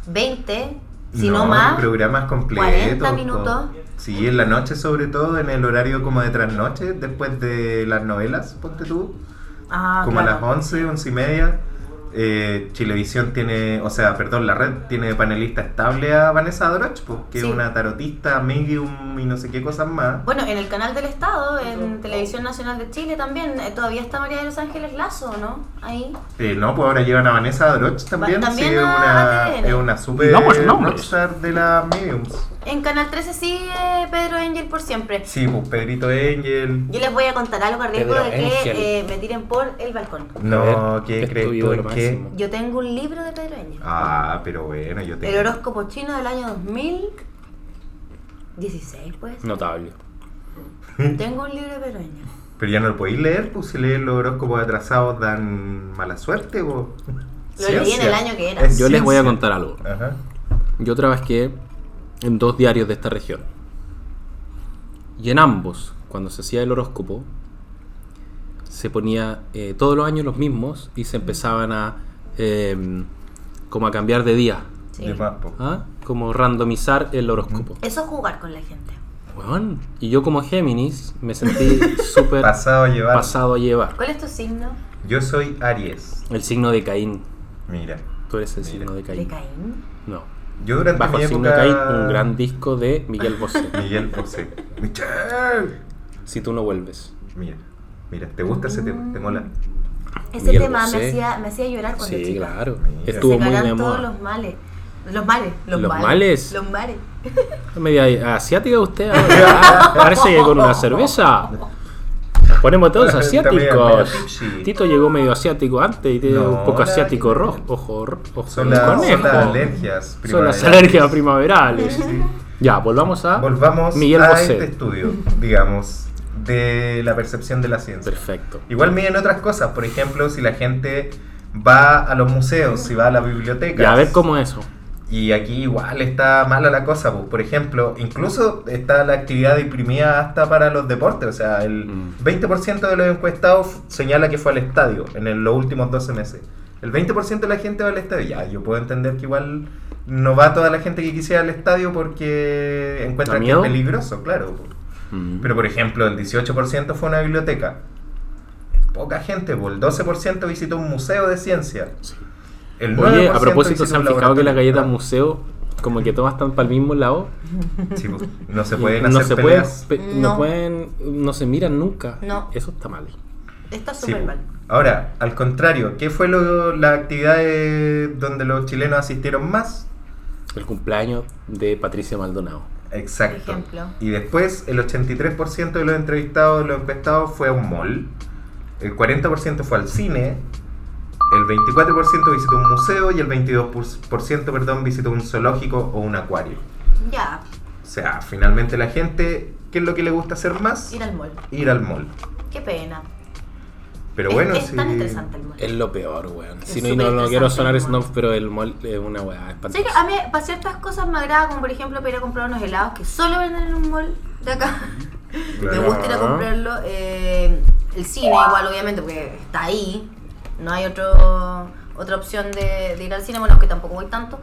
C: 20, si no, más.
A: Programas completos.
C: 40
A: po.
C: minutos.
A: Sí, en la noche, sobre todo, en el horario como de trasnoche, después de las novelas, ponte tú.
C: Ah,
A: como a
C: claro.
A: las 11, 11 y media. eh, Chilevisión tiene, o sea, perdón, la red tiene de panelista estable a Vanessa Droch, pues, que
C: Sí.
A: es una tarotista, medium y no sé qué cosas más.
C: Bueno, en el canal del Estado, en Televisión Nacional de Chile también, eh, todavía está María de los Ángeles Lazo, ¿no? Ahí.
A: Eh, no, pues ahora llevan a Vanessa Droch también.
C: Va- también
A: sí, es
C: a
A: una,
C: ADN.
A: es una super
B: Digamos pues, nombres.
A: rockstar de las mediums.
C: En Canal 13 sigue Pedro Angel por siempre.
A: Sí, pues Pedrito Angel.
C: Yo les voy a contar algo a riesgo
B: Pedro
C: de
B: Ángel.
C: que eh, me tiren por el balcón.
B: A
A: No,
B: ver,
A: ¿qué
B: es tu
A: crees tú?
B: ídolo
A: ¿En qué?
B: máximo.
C: Yo tengo un libro de Pedro Angel.
A: Ah, pero bueno, yo
C: El
A: tengo.
C: horóscopo chino del año 2016, pues.
B: Notable.
C: Tengo un libro de Pedro Angel.
A: Pero ya no lo podéis leer, pues si lees los horóscopos atrasados dan mala suerte, vos.
C: Lo leí en el año que era.
A: Es
B: Eh, Yo les voy a
A: ciencia.
B: contar algo.
A: Ajá.
B: Yo trabajé en dos diarios de esta región. Y en ambos, cuando se hacía el horóscopo, se ponía eh, todos los años los mismos y se empezaban a em, como a cambiar de día.
C: Sí.
A: De más, pues. po.
B: ¿ah? Como randomizar el horóscopo.
C: Eso es jugar con la gente.
B: Weón, Y yo como Géminis me sentí súper
A: Pasado a llevar.
B: pasado a llevar.
C: ¿Cuál es tu signo?
A: Yo soy Aries.
B: El signo de Caín.
A: Mira.
B: Tú eres el
A: Mira.
B: signo de
C: ¿De
B: Caín.
C: Caín?
B: No.
A: Yo durante
B: Bajo
A: mi
B: el signo de
A: época.
B: Caín, un gran disco de Miguel Bosé.
A: Miguel Bosé. Michel.
B: si tú no vuelves.
A: Mira, mira, ¿te gusta ese tema? ¿Te mola?
C: Ese
B: Miguel
C: tema me
B: Bosé.
C: hacía, me hacía llorar cuando
B: Sí,
C: chica.
B: claro.
A: Mira.
B: Estuvo
C: Se
B: muy
C: cagan
B: de
C: todos
B: moda.
C: los males. Los males. Los,
B: ¿Los
C: males,
B: males?
C: Los males.
B: Media asiática usted. ahora. Ah, Parece que con una cerveza. Nos ponemos todos
A: Está medio-
B: asiáticos.
A: medio tipsy.
B: Tito llegó medio asiático antes y tiene
A: No,
B: un poco
A: nada
B: asiático
A: que ver.
B: rojo. Ojo, ro- ojo
A: Son,
B: de
A: las- son
B: conejo.
A: las alergias
B: Son las
A: primaverales.
B: alergias primaverales.
A: Sí.
B: Ya, volvamos a
A: Volvamos
B: Miguel
A: a
B: Bosé.
A: este estudio, digamos, de la percepción de la ciencia.
B: Perfecto.
A: Igual miden otras cosas, por ejemplo, si la gente va a los museos, si va a la biblioteca.
B: Ya, a ver cómo es eso.
A: Y aquí igual está mala la cosa, pues. por ejemplo, incluso está la actividad imprimida hasta para los deportes, o sea, el
B: Mm.
A: 20% de los encuestados señala que fue al estadio en el- los últimos 12 meses. El 20% de la gente va al estadio, ya, yo puedo entender que igual no va toda la gente que quisiera al estadio porque encuentra
B: ¿Da
A: que es
B: miedo?
A: peligroso, claro. pues.
B: Mm.
A: Pero por ejemplo, el 18% fue a una biblioteca. Poca gente, pues. el 12% visitó un museo de ciencia. El
B: Oye,
A: 9%
B: a propósito, ¿se
A: visitó
B: han
A: un
B: fijado que
A: laboratorio?
B: las galletas museo, como que todas están para el mismo lado?
A: Sí, pues, no se
B: Y
A: pueden
B: no
A: hacer
B: se pueden,
A: peleas.
B: pe- no.
C: Mm, No.
B: pueden, no se miran nunca.
C: No.
B: Eso está mal.
C: Está
A: Sí,
C: súper
A: pues.
C: mal.
A: Ahora, al contrario, ¿qué fue lo, la actividad eh, donde los chilenos asistieron más?
B: El cumpleaños de Patricia Maldonado.
A: Exacto.
C: Por ejemplo.
A: Y después el 83% de los entrevistados, de los encuestados fue a un mall, el 40% fue al cine, el 24% visitó un museo y el 22% perdón, visitó un zoológico o un acuario.
C: Ya,
A: O sea, finalmente la gente, ¿qué es lo que le gusta hacer más?
C: ir al mall.
A: Ir al mall.
C: Qué pena.
A: Pero
C: Es-
A: bueno,
C: es,
A: sí.
C: tan estresante el mall.
B: Es lo peor, weón.
C: Es
B: Si no, y no,
C: súper ah,
B: no quiero
C: estresante,
B: sonar
C: weón.
B: snob, pero el mall es una weá
C: Sé que
B: espantosa.
C: a mí para ciertas cosas me agrada, como por ejemplo para ir a comprar unos helados que solo venden en un mall de acá.
A: Claro.
C: Me gusta ir a comprarlo. eh, el cine igual, obviamente, porque está ahí. No hay otro, otra opción de, de ir al cine, bueno, que tampoco voy tanto.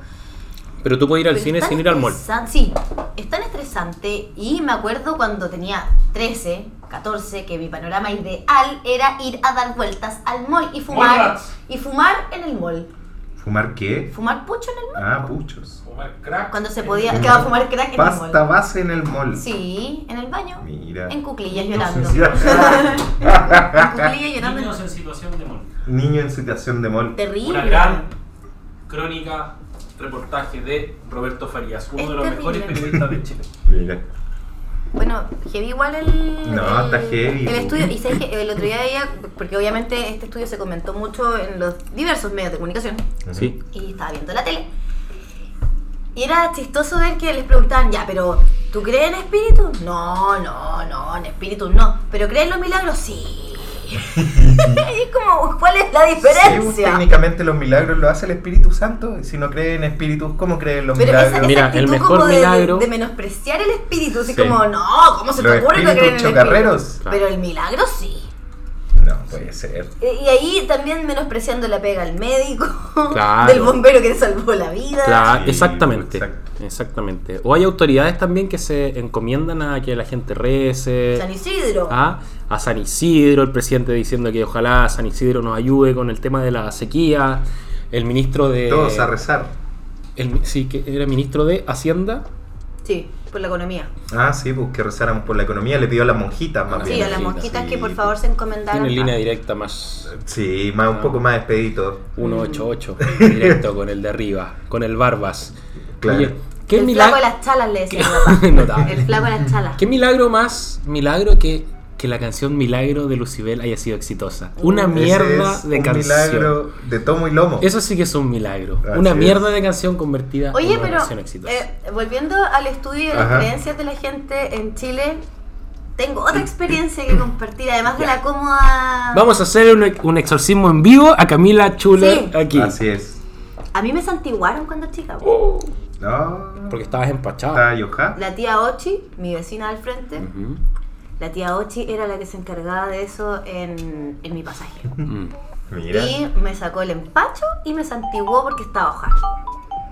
B: Pero tú puedes ir al
C: Pero
B: cine
C: es tan
B: sin ir al mall.
C: estresan- Sí, es tan estresante y me acuerdo cuando tenía 13, 14, que mi panorama ideal era ir a dar vueltas al mall y fumar.
D: Mallrats.
C: Y fumar en el mall.
A: ¿Fumar qué?
C: Fumar pucho en el mall.
A: Ah, puchos.
D: Fumar crack.
C: Cuando se podía,
A: Fumar
C: claro, fumar crack en el
A: Pasta
C: mall.
A: base en el mall.
C: Sí, en el baño.
A: Mira.
C: En cuclillas
D: Niños
C: llorando.
D: en
C: En cuclillas llorando.
D: Niños en situación de mol.
A: Niño en situación de mall.
C: Terrible.
D: Una gran crónica, reportaje de Roberto Farías, uno
C: Es
D: de los
C: terrible.
D: mejores periodistas de Chile.
A: Mira.
C: Bueno, heavy igual el.
A: No,
C: el-
A: está heavy,
C: El
A: po.
C: estudio, y sabes que el otro día veía, porque obviamente este estudio se comentó mucho en los diversos medios de comunicación,
B: Sí.
C: y estaba viendo la tele. Y era chistoso ver que les preguntaban, ya, pero ¿tú crees en espíritu? No, no, no, en espíritu no. ¿Pero crees en los milagros? Sí. y es como, ¿cuál es la
A: Sí, pues,
C: diferencia?
A: técnicamente los milagros lo hace el Espíritu Santo. y Si no creen en espíritus, ¿cómo creen los
C: pero esa,
A: milagros?
C: esa
B: Mira, el
C: actitud
B: mejor
C: como de-
B: milagro-
C: de, menospreciar el espíritu, así
B: Sí.
C: como, no, ¿cómo se
A: Los
C: te ocurre que
A: espíritus
C: creen en el
A: chocarreros.
C: espíritu? Pero el milagro sí.
A: No, puede ser.
C: Eh, Y ahí también menospreciando la pega al médico,
B: Claro.
C: del bombero que te salvó la vida.
B: Claro,
A: Sí,
B: exactamente.
A: exacto.
B: Exactamente. O hay autoridades también que se encomiendan a que la gente rece.
C: San Isidro.
B: a, a San Isidro, el presidente diciendo que ojalá San Isidro nos ayude con el tema de la sequía, el ministro de...
A: Todos a rezar.
B: el mi- sí, que era ministro de Hacienda.
C: Sí, por la economía.
A: Ah, sí, pues que rezaran por la economía. Le pidió a las monjitas más
C: Sí,
A: bien.
C: a las
B: sí,
C: monjitas
A: sí.
C: que por favor se encomendaron.
B: Tiene línea directa más
A: Eh, Sí, más,
B: Ah.
A: un poco más despedito.
B: 188, directo con el de arriba, con el Barbas.
A: Claro.
B: ¿qué,
C: el flaco
B: milagro,
C: de las chalas le decía mi papá.
B: Notable.
C: El flaco de las chalas.
B: ¿Qué milagro más milagro que, que la canción Milagro de Lucibel haya sido exitosa?
C: Uh.
B: Una
A: Ese
B: mierda
A: es
B: de
A: un
B: canción.
A: milagro de tomo y lomo.
B: Eso sí que es un milagro.
A: Así
B: una
A: es.
B: mierda de canción convertida en
C: Oye,
B: una
C: pero
B: canción exitosa.
C: eh, volviendo al estudio de las
A: Ajá.
C: creencias de la gente en Chile, tengo otra experiencia que compartir, además de la cómoda...
B: Vamos a hacer un, un exorcismo en vivo a Camila Chule
C: Sí.
B: aquí.
A: Así es.
C: A mí me santiguaron cuando chica.
A: No.
B: Porque estabas
A: Está
B: empachada. Oh.
A: Yoja.
C: La tía Ochi, mi vecina al frente,
B: Mm.
C: La tía Ochi era la que se encargaba de eso en, en mi pasaje.
B: Ujú. Mm.
A: Mira.
C: Y me sacó el empacho y me santiguó porque estaba hoja.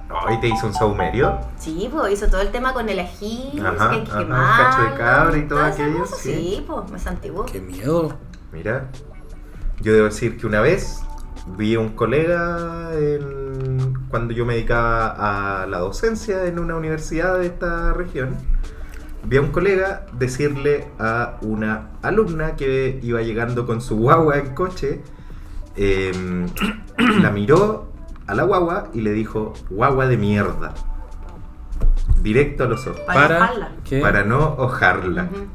A: No, y te hizo un saumerio.
C: Sí, pues hizo todo el tema con el ají, no sé
A: Ajá,
C: qué hay que
A: ajá,
C: quemar,
A: cacho de cabra y todo
C: todas esas
A: aquello,
C: cosas.
A: sí.
C: Sí, pues me santiguó.
B: Qué miedo.
A: Mira. Yo debo decir que una vez vi a un colega en- cuando yo me dedicaba a la docencia en una universidad de esta región. Vi a un colega decirle a una alumna que iba llegando con su guagua en coche, em, la miró a la guagua y le dijo, guagua de mierda. Directo a los ojos.
C: Para enojarla.
B: que-
A: Para no ojarla.
C: Ujú.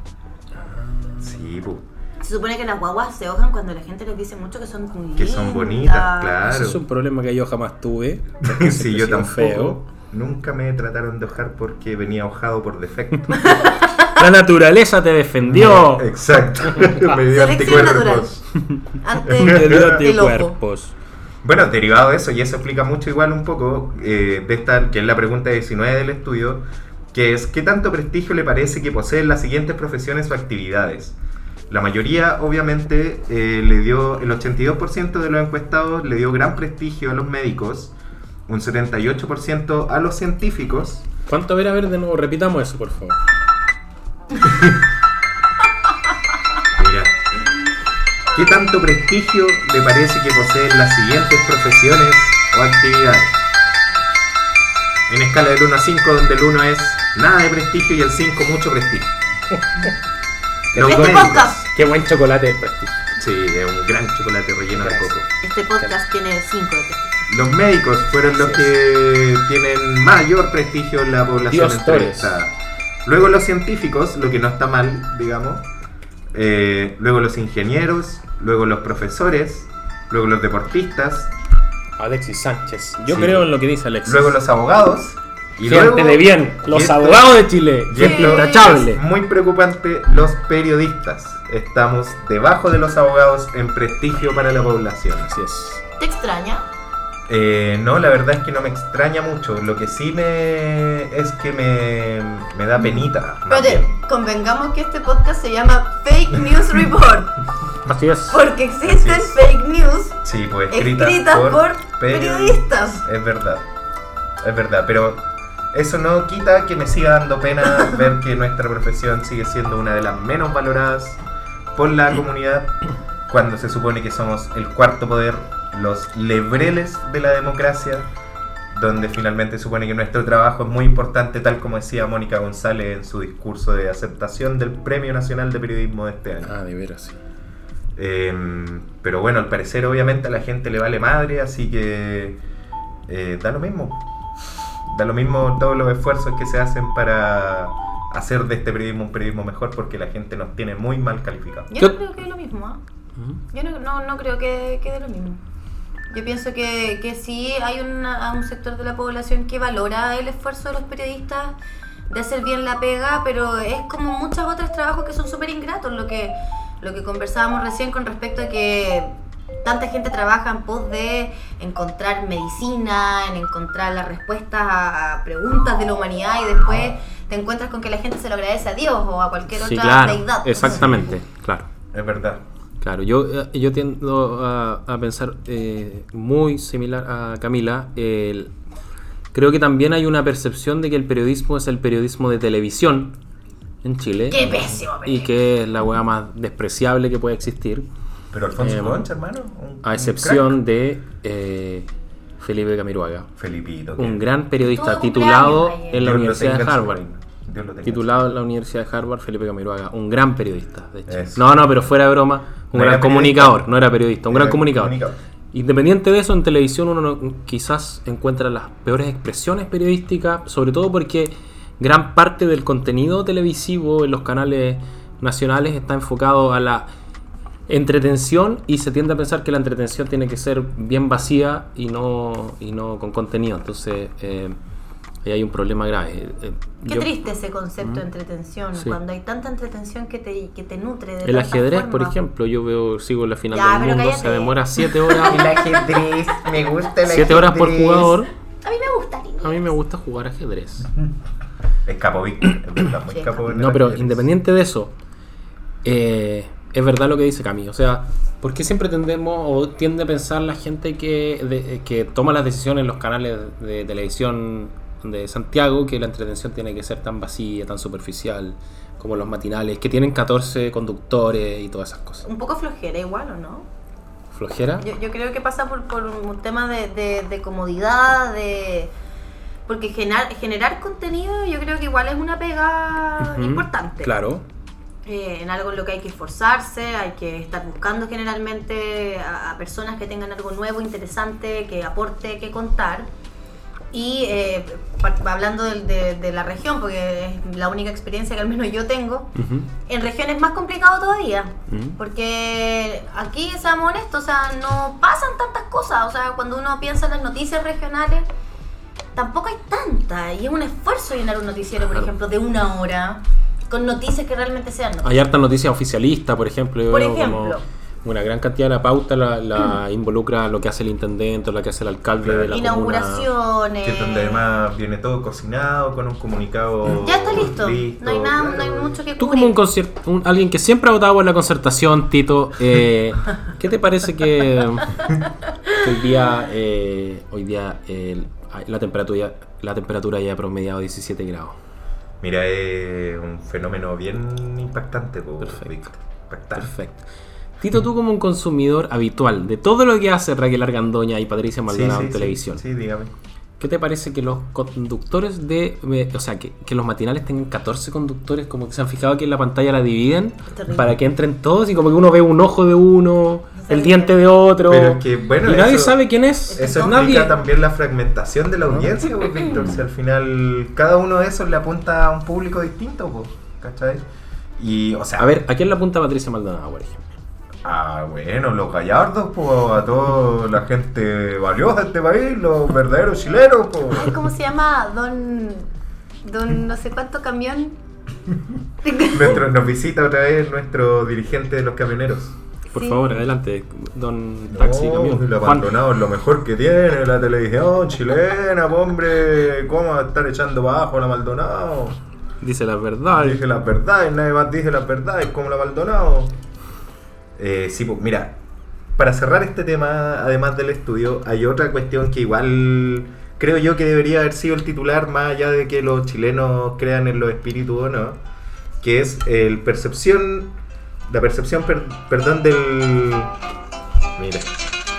A: Sí, pu.
C: Se supone que las guaguas se hojan cuando la gente les dice mucho que son muy
A: que son
C: lindas. Ah.
A: bonitas,
B: Ese
A: claro.
B: es un problema que yo jamás tuve. Siempre
A: Sí,
B: he
A: yo
B: sido
A: tampoco.
B: feo.
A: Nunca me trataron de ojar porque venía hojado por defecto.
B: La naturaleza te defendió.
A: Exacto. me dio
C: Selección
A: anticuerpos.
C: Antes
B: Te dio
C: del ojo.
B: anticuerpos.
A: Bueno, derivado de eso, y eso explica mucho igual un poco eh, de esta, que es la pregunta 19 del estudio, que es ¿qué tanto prestigio le parece que poseen las siguientes profesiones o actividades? La mayoría, obviamente, eh, le dio, el 82% de los encuestados le dio gran prestigio a los médicos, un 78% a los científicos,
B: ¿Cuánto? A ver, a ver, de nuevo, repitamos eso, por favor.
A: Mira. ¿Qué tanto prestigio le parece que poseen las siguientes profesiones o actividades? En escala del 1 a 5, donde el 1 es nada de prestigio y el 5 mucho prestigio. Los
C: Este
A: médicos.
C: podcast.
B: Qué buen chocolate de prestigio.
A: Sí, es un gran chocolate relleno de
B: Gracias.
A: coco.
C: Este podcast tiene cinco de prestigio.
A: Los médicos fueron los que tienen mayor prestigio en la población
B: Dios Torres.
A: entrevistada. Luego los científicos, lo que no está mal, digamos. Eh, luego los ingenieros, luego los profesores, luego los deportistas,
B: Alexis Sánchez. Yo
A: Sí.
B: creo en lo que dice Alexis.
A: luego los abogados. Y
B: Gente
A: luego,
B: de bien,
A: y
B: los
A: esto-
B: abogados de Chile.
A: y esto-
B: Intachable.
A: Muy preocupante, los periodistas. Estamos debajo de los abogados en prestigio para la población.
B: Así es.
E: ¿Te extraña?
A: Eh, no, la verdad es que no me extraña mucho. Lo que sí me es que me, me da penita. más
C: Pero te-
A: bien.
C: convengamos que este podcast se llama Fake News Report,
B: Así es.
C: porque existen
A: Así es.
C: fake news
A: Sí, pues escritas,
C: escritas por, periodistas.
A: Es verdad, es verdad, pero eso no quita que me siga dando pena ver que nuestra profesión sigue siendo una de las menos valoradas por la comunidad cuando se supone que somos el cuarto poder, los lebreles de la democracia, donde finalmente supone que nuestro trabajo es muy importante, tal como decía Mónica González en su discurso de aceptación del Premio Nacional de Periodismo de este año.
B: Ah, de veras. sí.
A: Eh, pero bueno, al parecer obviamente a la gente le vale madre, así que eh, da lo mismo. Da lo mismo todos los esfuerzos que se hacen para hacer de este periodismo un periodismo mejor porque la gente nos tiene muy mal calificados.
C: Yo no
B: ¿Qué-
C: creo que es lo mismo, ¿ah?
B: Ujú.
C: Yo no, no, no creo que quede lo mismo. Yo pienso que, que sí hay una- un sector de la población que valora el esfuerzo de los periodistas de hacer bien la pega, pero es como muchos otros trabajos que son súper ingratos, lo que, lo que conversábamos recién con respecto a que tanta gente trabaja en pos de encontrar medicina, en encontrar las respuestas a a preguntas de la humanidad y después te encuentras con que la gente se lo agradece a Dios o a cualquier
B: Sí,
C: otra
B: claro.
C: deidad.
B: Exactamente, claro.
A: Es verdad.
B: Claro, yo, eh, yo tiendo a, a pensar eh, muy similar a Camila. El- creo que también hay una percepción de que el periodismo es el periodismo de televisión en Chile.
E: ¡Qué pésimo!
B: Y que es la hueá más despreciable que puede existir.
A: Pero Alfonso
B: Eh,
A: Concha, hermano. un- un
B: A excepción de eh, Felipe Camiroaga.
A: crack. Felipito. que-
B: Un gran periodista
E: Tuvo
B: titulado
E: cumpleaños ayer.
B: en la
A: Dios lo
B: Universidad de
A: tenga en su
B: Harvard.
A: reino. Dios lo tenga en su
B: Titulado en la Universidad de Harvard, Felipe Camiroaga. Un gran periodista, de hecho.
A: Eso.
B: No, no, pero fuera de broma, un
A: No
B: gran
A: era periodista.
B: comunicador. No era periodista, un
A: Era
B: gran comunicador.
A: comunicador.
B: Independiente de eso, en televisión uno no- quizás encuentra las peores expresiones periodísticas, sobre todo porque gran parte del contenido televisivo en los canales nacionales está enfocado a la entretención y se tiende a pensar que la entretención tiene que ser bien vacía y no, y no con contenido. Entonces, eh, ahí hay un problema grave. Eh,
C: Qué
B: yo-
C: triste ese concepto de entretención,
B: Sí.
C: cuando hay tanta entretención que te, que te nutre de
B: El
C: tantas
B: ajedrez, por
C: formas.
B: ejemplo, yo veo, sigo la final
C: Ya,
B: del
C: pero
B: mundo, se
C: cállate.
B: demora 7 horas,
A: El ajedrez, me gusta el
B: 7 horas por
A: ajedrez.
B: jugador.
E: A mí me gusta, niña.
B: A mí me gusta jugar ajedrez.
A: Es capo, Víctor, es verdad, muy
C: Sí,
A: capo en el
B: No, pero
A: ajedrez.
B: independiente de eso, eh, es verdad lo que dice Cami. O sea, ¿por qué siempre tendemos o tiende a pensar la gente que, de- que toma las decisiones en los canales de televisión de Santiago que la entretención tiene que ser tan vacía, tan superficial, como los matinales, que tienen 14 conductores y todas esas cosas?
C: Un poco flojera igual, ¿o no?
B: ¿Flojera?
C: Yo, yo creo que pasa por, por un tema de, de- de comodidad, de... Porque generar, generar contenido yo creo que igual es una pega
B: Ujú,
C: importante.
B: Claro.
C: Eh, en algo en lo que hay que esforzarse, hay que estar buscando generalmente a, a personas que tengan algo nuevo, interesante, que aporte, que contar. Y eh, par- hablando del- de, de la región, porque es la única experiencia que al menos yo tengo,
B: Ujú,
C: en región es más complicado todavía.
B: ujú.
C: Porque aquí, seamos honestos, o sea, no pasan tantas cosas. O sea, cuando uno piensa en las noticias regionales, tampoco hay tanta. Y es un esfuerzo llenar un noticiero, por
B: Claro.
C: ejemplo, de una hora, con noticias que realmente sean noticias.
B: Hay harta noticia oficialista, por ejemplo. yo
C: Por
B: veo
C: ejemplo. Mm.
B: como una gran cantidad de la pauta la, la involucra lo que hace el intendente, o lo que hace el alcalde de la comuna.
C: inauguraciones.
A: Que es donde además viene todo cocinado con un comunicado.
C: Ya está listo. no hay nada,
A: claro.
C: no hay mucho que
B: Tú como un
C: cubrir.
B: concierto, alguien que siempre ha votado por la concertación, Tito, eh, ¿qué te parece que, que hoy día, eh, hoy día eh, la temperatura la temperatura ya ha promediado 17 grados?
A: Mira, es un fenómeno bien impactante, po,
B: Perfecto.
A: Víctor. Impactante.
B: Perfecto. Tito, tú como un consumidor habitual de todo lo que hace Raquel Argandoña y Patricia
A: Sí,
B: Maldonado
A: sí,
B: en
A: sí,
B: televisión,
A: Sí, dígame.
B: ¿qué ¿Qué te parece que los conductores de. me- O sea, que, que los matinales tengan 14 conductores, como que se han fijado que en la pantalla la dividen
F: Terrible.
B: para que entren todos y como que uno ve un ojo de uno,
F: sabe
B: el
F: quién
B: diente
F: es.
B: de otro.
A: Pero es que, bueno,
B: y nadie
A: eso-
B: sabe quién es.
A: Eso explica
B: nadie.
A: también la fragmentación de la audiencia, pues, Víctor. Si al final cada uno de esos le apunta a un público distinto, pues, ¿cachai? Y, o sea,
B: A ver, ¿a quién le apunta Patricia Maldonado, por ejemplo?
A: Ah, bueno, los gallardos, pues, a toda la gente valiosa de este país, los verdaderos chilenos, pues.
F: Ay, ¿Cómo se llama? Don. Don no sé cuánto camión.
A: Nuestro- nos visita otra vez nuestro dirigente de los camioneros.
B: Por
F: Sí.
B: favor, adelante, don Taxi
A: No,
B: Camión.
A: Lo
B: Juan.
A: abandonado es lo mejor que tiene la televisión chilena, po, hombre. ¿Cómo va a estar echando para abajo a la Maldonado?
B: Dice la verdad.
A: Dije las verdades, nadie más dice las verdades, como la Maldonado. Eh, sí, pues mira, para cerrar este tema, además del estudio, hay otra cuestión que igual creo yo que debería haber sido el titular, más allá de que los chilenos crean en los espíritus o no, que es el percepción, la percepción, per- perdón, del... Mira.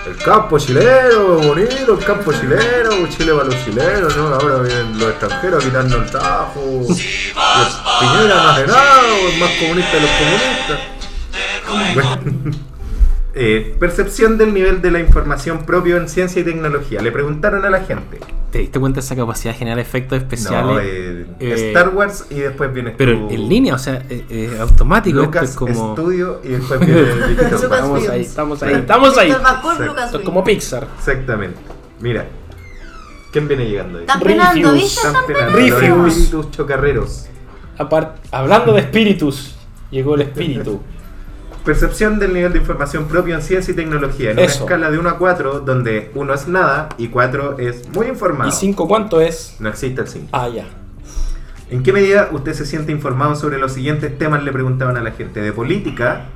A: El campo chileno, bonito, el campo chileno, Chile va a los chilenos, ¿no? Ahora vienen los extranjeros a quitarnos el tajo. Y el Piñera más de nada, es más comunista de los comunistas. Bueno. Eh, percepción del nivel de la información propio en ciencia y tecnología. Le preguntaron a la gente.
B: ¿Te diste cuenta de esa capacidad de generar efectos especiales?
A: No, eh,
B: Eh,
A: Star Wars y después viene
B: Pero
A: tu-
B: en, en línea, o sea, eh, eh, automático. esto
A: Lucas
B: es como.
A: Studio y después viene Digital
F: Lucas
A: Bank.
B: Estamos
F: Films.
B: ahí, estamos ahí, estamos ahí.
F: Víctor Bacur,
A: Exacto.
F: Lucas
B: Esto es
F: Ruiz.
B: como Pixar.
A: Exactamente. Mira. ¿Quién viene llegando ahí?
F: Están penando,
B: Reviews,
F: ¿viste? Están penando.
A: Los
B: Reviews.
A: espíritus chocarreros.
B: Apar- hablando de espíritus, llegó el espíritu.
A: Percepción del nivel de información propio en ciencia y tecnología. En
B: Eso.
A: una escala de 1 a 4, donde 1 es nada y 4 es muy informado.
B: ¿Y cinco cuánto es?
A: No existe el 5.
B: Ah, ya.
A: ¿En qué medida usted se siente informado sobre los siguientes temas? Le preguntaban a la gente. De política,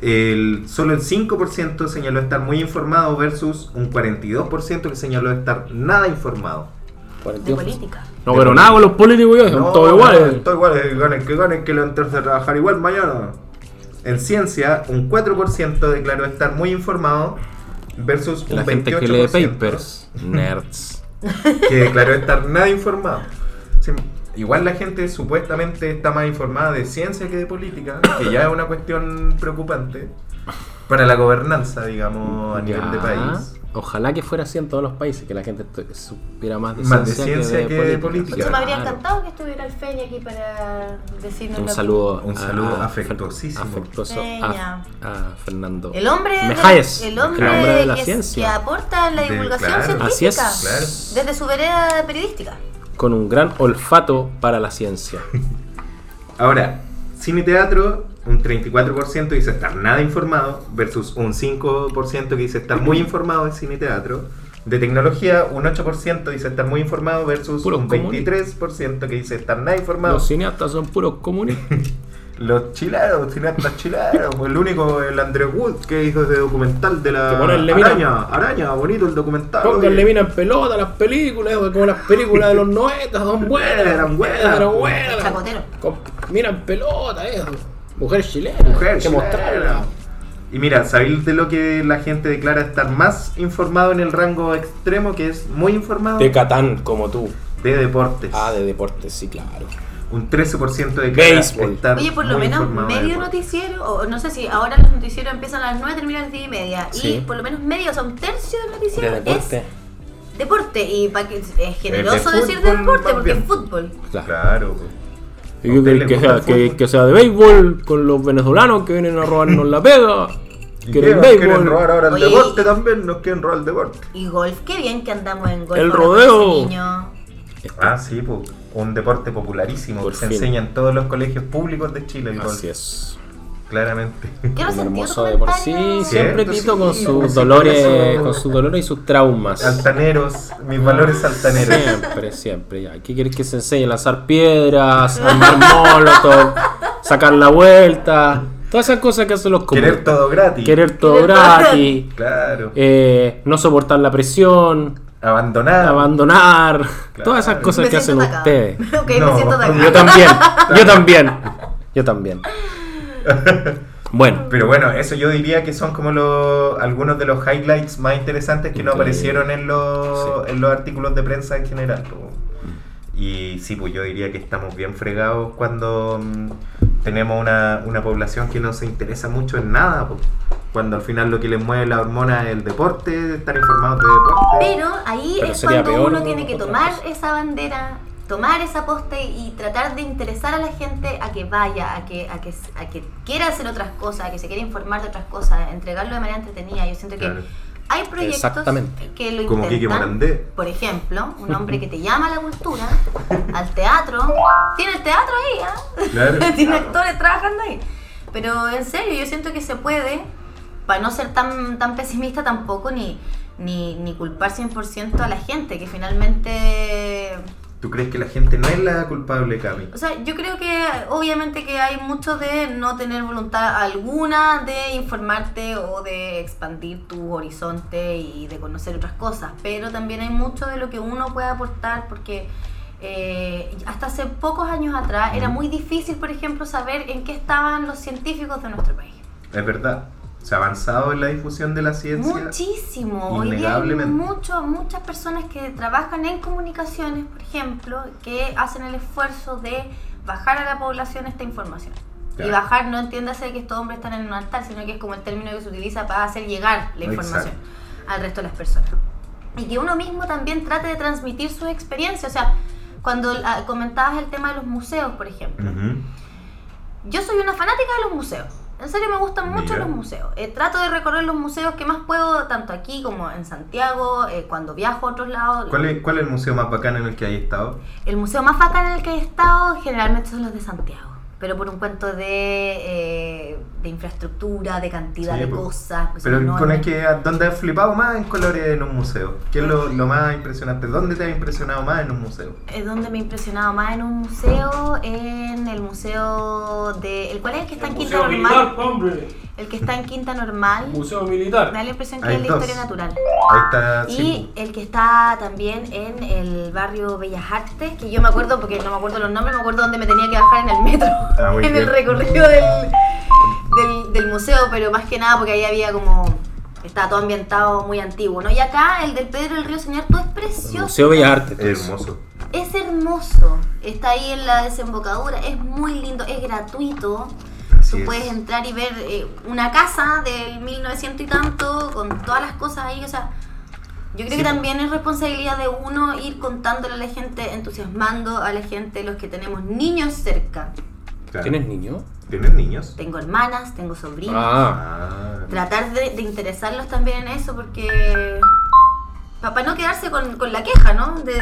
A: el, solo el 5% señaló estar muy informado versus un 42% que señaló estar nada informado.
F: De política.
B: No, pero nada con los políticos, yo, son todos iguales.
A: Todo igual, eh. que ganen, que ganen, que levantarse a trabajar igual mañana. En ciencia, un 4% declaró estar muy informado versus un
B: la
A: 28%
B: gente que lee papers, nerds.
A: que declaró estar nada informado. Sí, igual la gente supuestamente está más informada de ciencia que de política, que ya es una cuestión preocupante para la gobernanza, digamos, a nivel
B: Ya.
A: de país.
B: Ojalá que fuera así en todos los países, que la gente tu- supiera más de
A: Más de
B: ciencia,
A: ciencia
B: que, de política.
A: Yo
F: Yo me habría
B: Claro.
F: encantado que estuviera el Feli aquí para decirnos.
B: Un
F: lo-
B: saludo,
A: Un
B: a-
A: saludo
B: a-
A: afectuosísimo.
B: afectuoso a,
F: Peña.
B: a Fernando.
F: El hombre. de-
B: Mejáez,
F: el hombre,
B: el hombre de la
F: que,
B: ciencia.
F: que aporta la
A: De-
F: divulgación
A: claro.
F: científica.
B: Así es.
A: Claro.
F: Desde su vereda periodística.
B: Con un gran olfato para la ciencia.
A: Ahora, cine y teatro, un 34% dice estar nada informado versus un 5% que dice estar muy informado de cine y teatro. De tecnología, un 8% dice estar muy informado versus
B: Puros
A: un 23% que dice estar nada informado.
B: Los cineastas son puros comunistas.
A: Los chilaros, cineastas chilaros. El único, el Andrew Wood, que hizo ese documental de
B: Que
A: la
B: ponerle mina.
A: araña. Araña, bonito el documental.
B: Pónganle
A: oye.
B: mina en pelota a las películas, como las películas de los 90 son buenas.
A: Eran buenas.
B: Eran buenas.
F: Chacotero.
B: Con- Mina en pelota, eso. Mujer chilena.
A: Mujer
B: hay que
A: chilena.
B: mostrarla.
A: Y mira, ¿sabéis de lo que la gente declara estar más informado en el rango extremo, que es muy informado?
B: De Catán, como tú.
A: de deportes.
B: Ah, de deportes, sí, claro.
A: Un 13% declara
B: Béisbol.
A: estar
F: Oye, por lo
A: muy
F: menos
A: informado de
F: medio
A: deportes.
F: noticiero, o no sé si ahora los noticieros empiezan a las 9, terminan a las 10 y media.
B: Sí.
F: Y por lo menos medio, o sea, un tercio del
B: De
F: noticiero
B: deporte.
F: es deporte. Y para que es generoso
A: Eh, fútbol,
F: decir deporte,
A: más
F: porque
A: bien.
F: es fútbol.
B: Claro.
A: Claro.
B: Y yo
A: ¿A usted
B: que,
A: le
B: que
A: gusta
B: sea,
A: el
B: que-
A: fútbol?
B: que sea de béisbol, con los venezolanos que vienen a robarnos la pega.
A: Y
B: Que
A: que
B: el
A: nos quieren
B: béisbol.
A: robar ahora el
F: Oye,
A: deporte
F: y-
A: también, nos quieren robar el deporte.
F: Y golf, qué bien que andamos en golf.
B: El
F: ahora con
B: rodeo.
F: ese niño.
A: Ah, sí, po. un deporte popularísimo
B: Por
A: que se
B: fin.
A: enseña en todos los colegios públicos de Chile. el golf,
B: Así es.
A: Claramente.
F: Qué
B: Un
F: resentido
B: hermoso
F: tu
B: de por sí.
F: comentario.
B: Siempre
A: Cierto,
B: Tito
A: sí,
B: con
A: sí,
B: sus
A: sí, con
B: dolores,
A: eso.
B: con sus dolores y sus traumas.
A: Altaneros, mis valores altaneros.
B: Siempre, siempre. Ya. ¿Qué quieres que se enseñe? Lanzar piedras, armar molotov, sacar la vuelta. Todas esas cosas que hacen los
A: Querer
B: comunistas.
A: todo gratis.
B: Querer todo
F: Querer todo.
B: gratis.
A: Claro.
B: eh, no soportar la presión.
A: Abandonar.
B: Abandonar. Todas esas cosas
F: Me
B: que hacen
F: siento atacada.
B: ustedes.
F: Ok,
A: No,
F: me siento atacada.
B: Yo también. Yo también. Yo también. Bueno,
A: Pero bueno, eso yo diría que son como los algunos de los highlights más interesantes que no
B: Increíble.
A: aparecieron en los, en los artículos de prensa en general. po. Y sí, pues yo diría que estamos bien fregados cuando mm, tenemos una, una población que no se interesa mucho en nada. po. Cuando al final lo que les mueve la hormona es el deporte, estar informados de deporte.
G: Pero ahí
B: Pero
G: es
B: sería
G: cuando
B: peor
G: uno tiene que
B: otra
G: tomar
B: cosa.
G: esa bandera, tomar esa poste y tratar de interesar a la gente a que vaya, a que, a que, a que quiera hacer otras cosas, a que se quiera informar de otras cosas, entregarlo de manera entretenida. Yo siento que
A: Claro.
G: hay proyectos
B: Exactamente.
G: que lo
A: Como Kike
G: intentan.
A: Morandé.
G: Por ejemplo, un hombre que te llama a la cultura, al teatro, tiene el teatro ahí, ¿ah?
A: Claro.
C: Tiene actores trabajando ahí. Pero en serio, yo siento que se puede, para no ser tan, tan pesimista tampoco, ni, ni, ni culpar 100% a la gente, que finalmente...
A: ¿Tú crees que la gente no es la culpable, Cami?
C: O sea, yo creo que obviamente que hay mucho de no tener voluntad alguna de informarte o de expandir tu horizonte y de conocer otras cosas, pero también hay mucho de lo que uno puede aportar porque eh, hasta hace pocos años atrás era muy difícil, por ejemplo, saber en qué estaban los científicos de nuestro país.
A: Es verdad. Se ha avanzado en la difusión de la ciencia.
C: Muchísimo. Hoy día hay
A: Innegablemente.
C: mucho- muchas personas que trabajan en comunicaciones, por ejemplo, que hacen el esfuerzo de bajar a la población esta información.
A: Claro.
C: Y bajar no entiéndase que estos hombres están en un altar, sino que es como el término que se utiliza para hacer llegar la información al resto de las personas. Y que uno mismo también trate de transmitir sus experiencias. O sea, cuando ah, comentabas el tema de los museos, por ejemplo.
A: Ujú.
C: Yo soy una fanática de los museos. En serio me gustan mucho
A: Mira.
C: los museos. Eh, trato de recorrer los museos que más puedo, tanto aquí como en Santiago, eh, cuando viajo a otros lados.
A: ¿Cuál es, ¿Cuál es el museo más bacán en el que hay estado?
C: El museo más bacán en el que he estado generalmente son los de Santiago. Pero por un cuento de, eh, de infraestructura, de cantidad
A: Sí,
C: de
A: po.
C: cosas. pues,
A: Pero
C: son
A: con el
C: enormes.
A: que, ¿dónde has flipado más en colores en un museo? ¿Qué es lo, lo más impresionante? ¿Dónde te has impresionado más en un museo?
C: Es donde me he impresionado más en un museo, en el museo de... ¿el ¿Cuál es el que está
D: El
C: en
D: Museo
C: Quinta
D: Militar,
C: Normal?
D: hombre.
C: El que está en Quinta Normal.
D: Museo
C: Me da
D: Militar.
C: la impresión que
A: Hay
C: es de
A: dos.
C: historia natural.
A: Ahí está.
C: Y
A: sí,
C: el que está también en el barrio Bellas Artes, que yo me acuerdo, porque no me acuerdo los nombres, me acuerdo dónde me tenía que bajar en el metro,
A: Ah, muy
C: en el
A: bien.
C: recorrido del, del, del museo, pero más que nada porque ahí había como... Estaba todo ambientado muy antiguo, ¿no? Y acá el del Pedro del Río Señarto es
B: el
C: precioso.
B: Museo Bellas Artes.
A: es hermoso.
C: Es hermoso. Está ahí en la desembocadura, es muy lindo, es gratuito.
A: Así
C: Tú
A: es.
C: puedes entrar y ver eh, una casa del 1900 y tanto, con todas las cosas ahí. O sea, yo creo
A: Sí.
C: que también es responsabilidad de uno ir contándole a la gente, entusiasmando a la gente, los que tenemos niños cerca.
A: Claro.
B: ¿Tienes niño?
A: ¿Tienes niños?
C: Tengo hermanas, tengo sobrinos.
B: Ah,
A: Ah.
C: Tratar de, de interesarlos también en eso, porque. Para no quedarse con, con la queja, ¿no? De,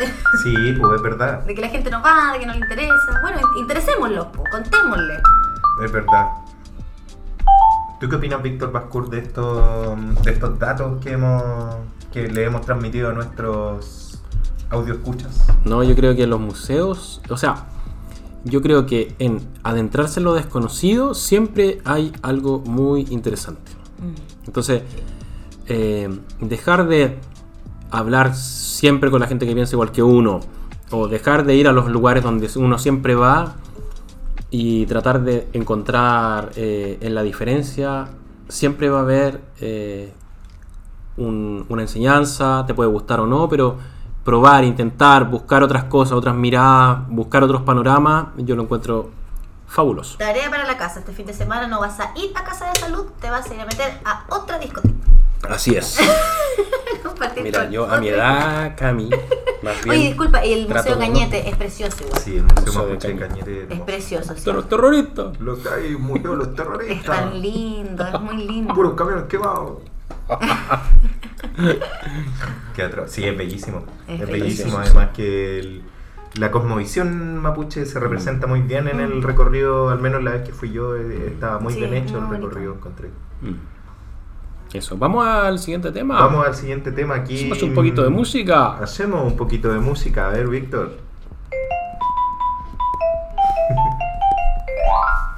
A: Sí, pues es verdad.
C: de que la gente no va, de que no le interesa. Bueno, in- interesémoslos, po, contémosle.
A: Es verdad. ¿Tú qué opinas, Víctor Bascur, de estos, de estos datos que, hemos, que le hemos transmitido a nuestros audio escuchas?
B: no, yo creo que los museos, o sea, yo creo que en adentrarse en lo desconocido siempre hay algo muy interesante. Entonces, eh, dejar de hablar siempre con la gente que piensa igual que uno, o dejar de ir a los lugares donde uno siempre va y tratar de encontrar eh, en la diferencia, siempre va a haber eh, un- una enseñanza, te puede gustar o no, pero probar, intentar, buscar otras cosas, otras miradas, buscar otros panoramas, yo lo encuentro fabuloso.
C: Tarea para la casa. Este fin de semana no vas a ir a casa de salud, te vas a ir a meter a otra discoteca.
B: Así es.
C: Compartir
B: Mira,
C: con
B: yo a mi
C: otra-
B: edad, Cami, más bien...
C: Oye, disculpa, y el
B: trato
C: Museo
B: de no-
C: Cañete es precioso igual.
A: Sí, el Museo
B: Museo de
A: Mapuche de
B: Cañete.
A: Cañete.
C: Es precioso, sí.
B: Terrorista. terroristas.
A: Los que hay, murió los
C: Es
A: terroristas.
C: tan lindo, es muy lindo.
A: Puros camiones quemados. Qué atroz. Sí, es bellísimo. Es,
C: Es
A: bellísimo,
B: bellísimo.
A: además que el- la cosmovisión mapuche se representa muy bien en el recorrido, al menos la vez que fui yo, eh, estaba muy
C: Mm. Sí,
A: bien hecho el
C: muy bonito.
A: recorrido, encontré.
B: Mm. Eso, vamos al siguiente tema.
A: Vamos al siguiente tema aquí.
B: Hacemos un poquito de música.
A: Hacemos un poquito de música, a ver, Víctor.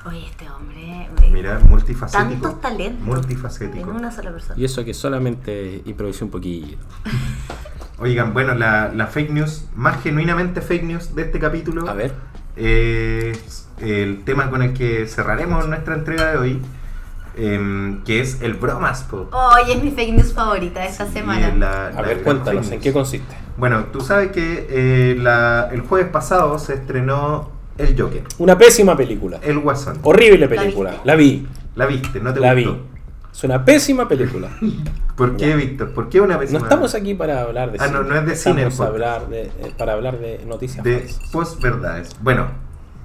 C: Oye, este hombre.
A: Mira, multifacético.
C: Tantos talentos. En
A: Multifacético.
C: una sola persona.
B: Y eso que solamente improvisé un poquillo.
A: Oigan, bueno, la, la fake news, más genuinamente fake news de este capítulo.
B: A ver,
A: es el tema con el que cerraremos nuestra entrega de hoy, em, que es el bromas, po.
C: Oye, es mi fake news favorita esta
A: Y
C: Oh, semana.
A: la-
B: A
A: la-
B: ver,
A: la
B: cuéntanos,
A: fake
B: ¿en
A: news.
B: qué consiste?
A: Bueno, tú sabes que eh, la- el jueves pasado se estrenó El Joker,
B: Una pésima película.
A: El Guasón.
B: Horrible película.
C: viste?
B: La vi.
A: La viste, no Eh, te
B: Oh, La vi.
A: gustó.
B: Es una pésima película.
A: ¿Por qué, Víctor? ¿Por qué una vez
B: No estamos aquí para hablar de
A: Ah, no, no es de cine el
B: Estamos a
A: podcast.
B: hablar de- eh, para hablar de noticias.
A: de pues.
B: falsas.
A: posverdades. Bueno,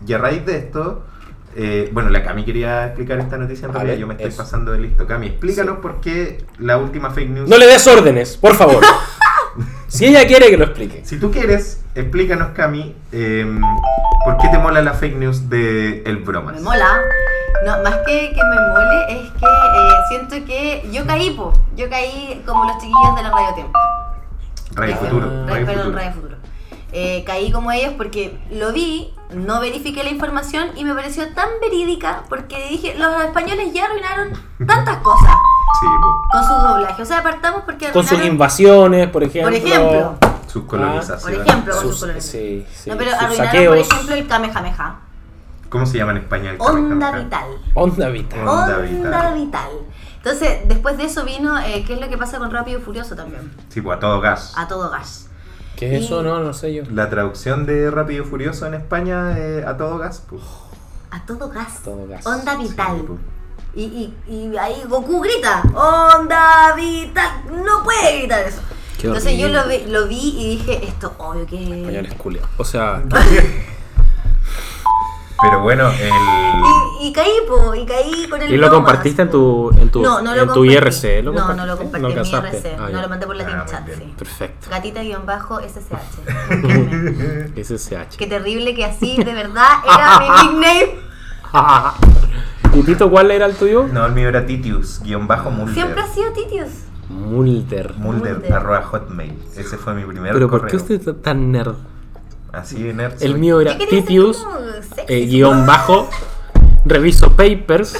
A: y a raíz de esto, eh, bueno, la Cami quería explicar esta noticia en
B: A
A: realidad,
B: ver,
A: yo me estoy
B: eso.
A: pasando de listo. Cami, explícanos
B: Sí.
A: por qué la última fake news.
B: No le des órdenes, por favor. si ella quiere que lo explique.
A: Si tú quieres, explícanos, Cami, em, por qué te mola la fake news de El Bromas.
C: Me mola. No, más que que me mole es que eh, siento que yo caí, po. Yo caí como los chiquillos de la Radio Tiempo.
A: Radio
C: Ya,
A: Futuro.
B: Ah.
C: Ra-
A: Radio
C: perdón,
A: Futuro.
C: Radio Futuro. Eh, caí como ellos porque lo vi, no verifiqué la información y me pareció tan verídica porque dije, los españoles ya arruinaron tantas cosas
A: Sí, po.
C: con sus doblajes. O sea, apartamos porque
B: Con sus
C: arruinaron-
B: invasiones, por ejemplo.
C: Por ejemplo.
A: sus
C: Ah, Por
A: colonizaciones.
C: ejemplo, con sus
B: Sus,
C: colonias.
B: sí, sí,
C: No, pero
B: sus
C: arruinaron, por
B: saqueos.
C: ejemplo, el Kamehameha.
A: ¿Cómo se llama en España? El
C: Onda
A: Carrascal?
C: vital.
B: Onda vital.
A: Onda
C: Onda
A: vital.
C: vital. Entonces, después de eso vino eh, qué es lo que pasa con Rápido y Furioso también.
A: Sí, po, a todo gas.
C: A todo gas.
B: ¿Qué es eso?
C: Y-
B: No, no sé yo.
A: La traducción de Rápido y Furioso en España, eh, a todo gas. po.
C: A todo gas.
B: Todo gas.
C: Onda vital.
A: Sí, pues. po.
C: Y, y- y ahí Goku grita, onda vital, no puede gritar eso.
B: Qué
C: Entonces yo
B: horrible.
C: lo vi, lo vi y dije, esto obvio que es.
B: Españoles culiados. O sea,
A: Pero bueno, el...
C: Y, y caí, po, y caí con el
B: ¿y lo
C: bromas,
B: compartiste en
C: po.
B: tu, en tu,
C: no, no lo
B: en tu
C: compartí.
B: IRC? ¿Lo
C: no, no
B: compartiste?
C: lo compartí en mi
B: alcanzaste?
C: IRC.
B: Ah,
C: no
B: ya.
C: lo mandé por la
A: Ah,
C: team
A: muy
C: chat,
A: bien.
C: sí.
B: Perfecto.
C: Gatita-SSH. búsquenme.
B: SSH.
C: Qué terrible que así, de verdad, era mi nickname.
B: ¿Y Tito cuál era el tuyo?
A: No, el mío era Titius, guión bajo Mulder.
C: Siempre ha sido Titius.
B: Mulder.
A: Mulder,
C: Mulder.
A: arroba hotmail. Ese fue mi primer
B: Pero
A: correo.
B: ¿por qué usted está tan nerd?
A: Así de nerd
B: El
A: soy.
B: mío era
C: Yo quería ser
B: Titius,
C: como sexy,
B: eh, guión bajo, reviso papers,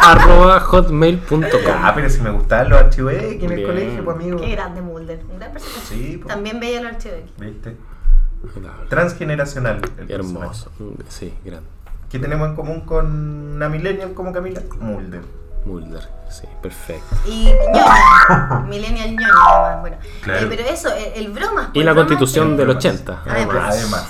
B: arroba
A: Ah,
B: hotmail.com.
A: pero si me gustaban los archivos X en el
B: Bien.
A: colegio, pues amigo.
C: Qué grande Mulder, un gran personaje.
A: Sí, pues,
C: También veía el archivo X.
A: ¿viste? Transgeneracional. el personaje.
B: Hermoso. Mm, Sí, grande.
A: ¿Qué tenemos en común con una millennial como Camila? Mulder.
B: Mulder. Sí, perfecto.
C: Y ñoña, millennial ñoña además, bueno.
A: Claro.
C: Eh, pero eso, el, el bromas.
B: Y
C: pues,
B: la
C: bromas
B: constitución
C: que-
B: del 80.
C: Además.
A: Además.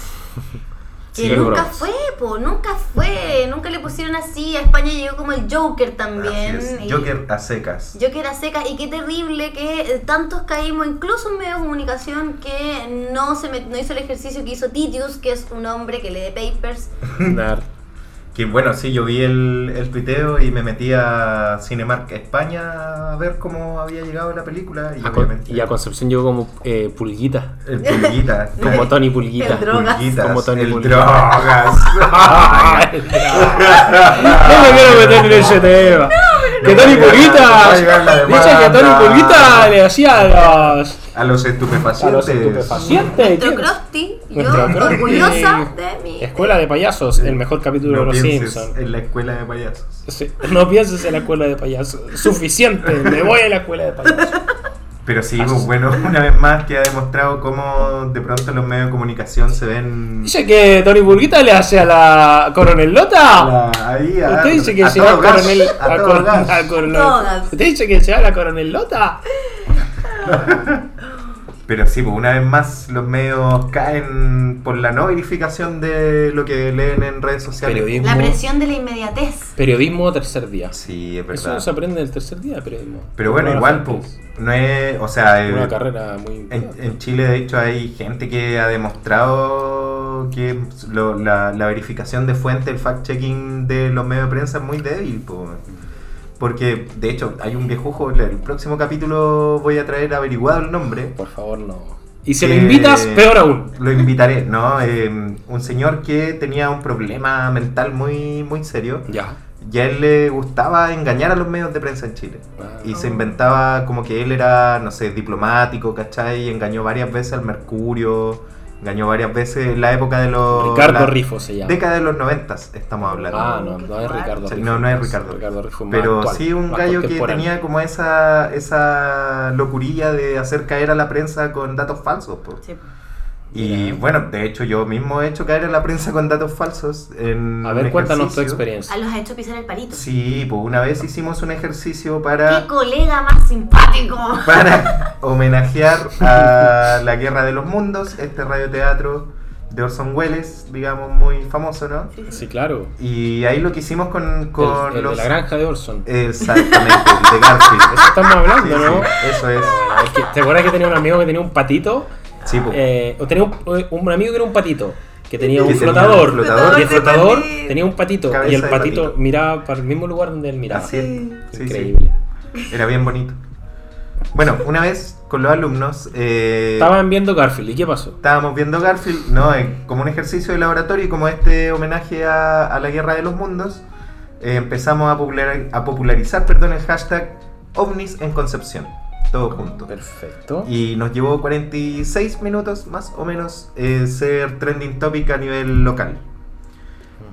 C: Que
B: Sí, el
C: nunca
B: bromas.
C: fue, po, nunca fue, nunca le pusieron así, a España llegó como el Joker también.
A: Así es.
C: y-
A: Joker a secas.
C: Joker a secas, y qué terrible que eh, tantos caímos, incluso en medios de comunicación, que no se met- no hizo el ejercicio que hizo Titius, que es un hombre que lee papers.
B: Nerd.
A: Que bueno, sí, yo vi el, el tuiteo y me metí a Cinemark España a ver cómo había llegado la película. Y
B: A Con-
A: obviamente-
B: y a Concepción llegó como eh, pulguita.
A: El pulguita.
B: Como Tony
C: El
B: Pulguita.
C: dro- Drogas.
A: Pulguitas,
B: Como Tony
A: el
B: Pulguita.
A: drogas.
B: No me quiero meter en ese tema. que
A: No,
B: Tony
A: no, no, no,
B: Pulguita.
A: no, no, no, no,
B: Dice que
A: no.
B: Tony Pulguita le hacía a los.
A: A los
B: a los
A: estupefacientes.
B: estupefacientes.
C: Nuestro
B: ¿Qué?
C: Krusty, yo
B: Nuestro Krusty.
C: orgullosa de mí.
B: Escuela de payasos, el mejor capítulo
A: No
B: de los
A: pienses
B: Simpsons.
A: en la escuela de payasos.
B: Sí, no pienses en la escuela de payasos. Suficiente, me voy a la escuela de payasos.
A: Pero sí,
B: Ah,
A: pues, bueno, una vez más que ha demostrado cómo de pronto los medios de comunicación se ven.
B: Dice que Tony Pulguita le hace a la coronel Lota.
A: la- ahí a,
B: Ah, Usted dice
A: a
B: que se va a
A: todo gas,
B: coronel.
A: a
B: a
A: todo
B: cor-
A: gas.
B: a coronel-
C: Todas.
B: Usted dice que se va a la coronel Lota.
A: Pero sí, pues una vez más los medios caen por la no verificación de lo que leen en redes sociales.
B: Periodismo.
C: La presión de la inmediatez.
B: Periodismo tercer día.
A: Sí, es
B: Eso
A: verdad.
B: se aprende el tercer día de periodismo.
A: Pero bueno,
B: Una
A: igual,
B: gente-
A: pues, no es. O sea, eh,
B: Una carrera muy.
A: en,
B: importante.
A: en Chile, de hecho, hay gente que ha demostrado que lo- la, la verificación de fuente, el fact-checking de los medios de prensa es muy débil, po. Porque, de hecho, hay un viejujo, el el próximo capítulo voy a traer averiguado el nombre.
B: Por favor, no. Y si lo
A: Eh,
B: invitas, peor aún.
A: Lo invitaré, ¿no? Eh, un señor que tenía un problema mental muy, muy serio.
B: Ya.
A: Y a él le gustaba engañar a los medios de prensa en Chile.
B: Ah.
A: Y se inventaba como que él era, no sé, diplomático, ¿cachai? Y engañó varias veces al Mercurio, engañó varias veces en la época de los...
B: Ricardo
A: Oh, la
B: Rifo se llama.
A: Década de los noventas estamos hablando.
B: Ah, no, no es Ricardo
A: O sea,
B: Rifo.
A: no, no es Ricardo.
B: Rifo, más
A: Pero
B: actual,
A: sí un
B: más
A: gallo que
B: contemporáneo.
A: tenía como esa, esa locurilla de hacer caer a la prensa con datos falsos. po.
C: Sí.
A: Y
B: Ya.
A: bueno, de hecho yo mismo he hecho caer a la prensa con datos falsos en
B: A ver,
A: un
B: cuéntanos tu
A: ejercicio.
B: experiencia.
H: A los ha hecho pisar el palito.
A: Sí, pues una vez hicimos un ejercicio
H: ¡Qué
A: para,
H: colega más simpático!
A: para homenajear a la Guerra de los Mundos, este radioteatro de Orson Welles, digamos, muy famoso, ¿no?
B: Sí, claro.
A: Y ahí lo que hicimos con,
B: El-
A: con
B: el de
A: los...
B: la granja de Orson.
A: Exactamente, el de Garfield.
B: Eso estamos hablando,
A: Sí,
B: ¿no? Ah,
A: sí, eso es.
B: Es que, ¿Te acuerdas que tenía un amigo que tenía un patito?
A: Sí, pues.
B: Eh, o tenía un, un amigo que era un patito. Que
A: Que
B: tenía un
A: tenía un
B: flotador.
A: flotador.
B: Y el flotador
C: Flotador.
B: tenía un patito.
A: Cabeza
B: y el
A: de
B: patito,
A: patito.
B: miraba para el mismo lugar donde él miraba.
A: Así es. Sí, sí.
B: Increíble.
A: Era bien bonito. Bueno, una vez con los alumnos eh,
B: Estaban viendo Garfield. ¿Y qué pasó?
A: estábamos viendo Garfield, no, Eh, como un ejercicio de laboratorio y como este homenaje a, a la Guerra de los Mundos, eh, empezamos a, popular- a popularizar perdón, el hashtag ovnis en Concepción, todo junto.
B: Perfecto.
A: Y nos llevó 46 minutos más o menos eh, ser trending topic a nivel local.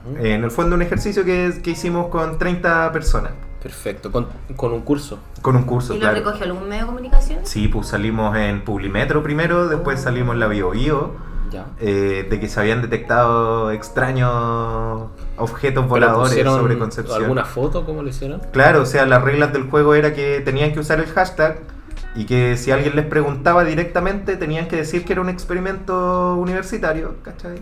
B: Ujú.
A: Eh, en el fondo un ejercicio que, que hicimos con 30 personas,
B: Perfecto. Con, con un curso.
A: con un curso.
C: ¿Y lo
A: claro.
C: recogió algún medio de comunicación?
A: Sí, pues salimos en Publimetro primero, después
C: Oh.
A: salimos en la BioBio,
B: Ya.
A: eh, de que se habían detectado extraños objetos
B: Pero
A: voladores
B: pusieron
A: sobre Concepción.
B: ¿Alguna foto? ¿Cómo lo hicieron?
A: Claro, o sea, las reglas del juego era que tenían que usar el hashtag y que si alguien les preguntaba directamente tenían que decir que era un experimento universitario, ¿cachai?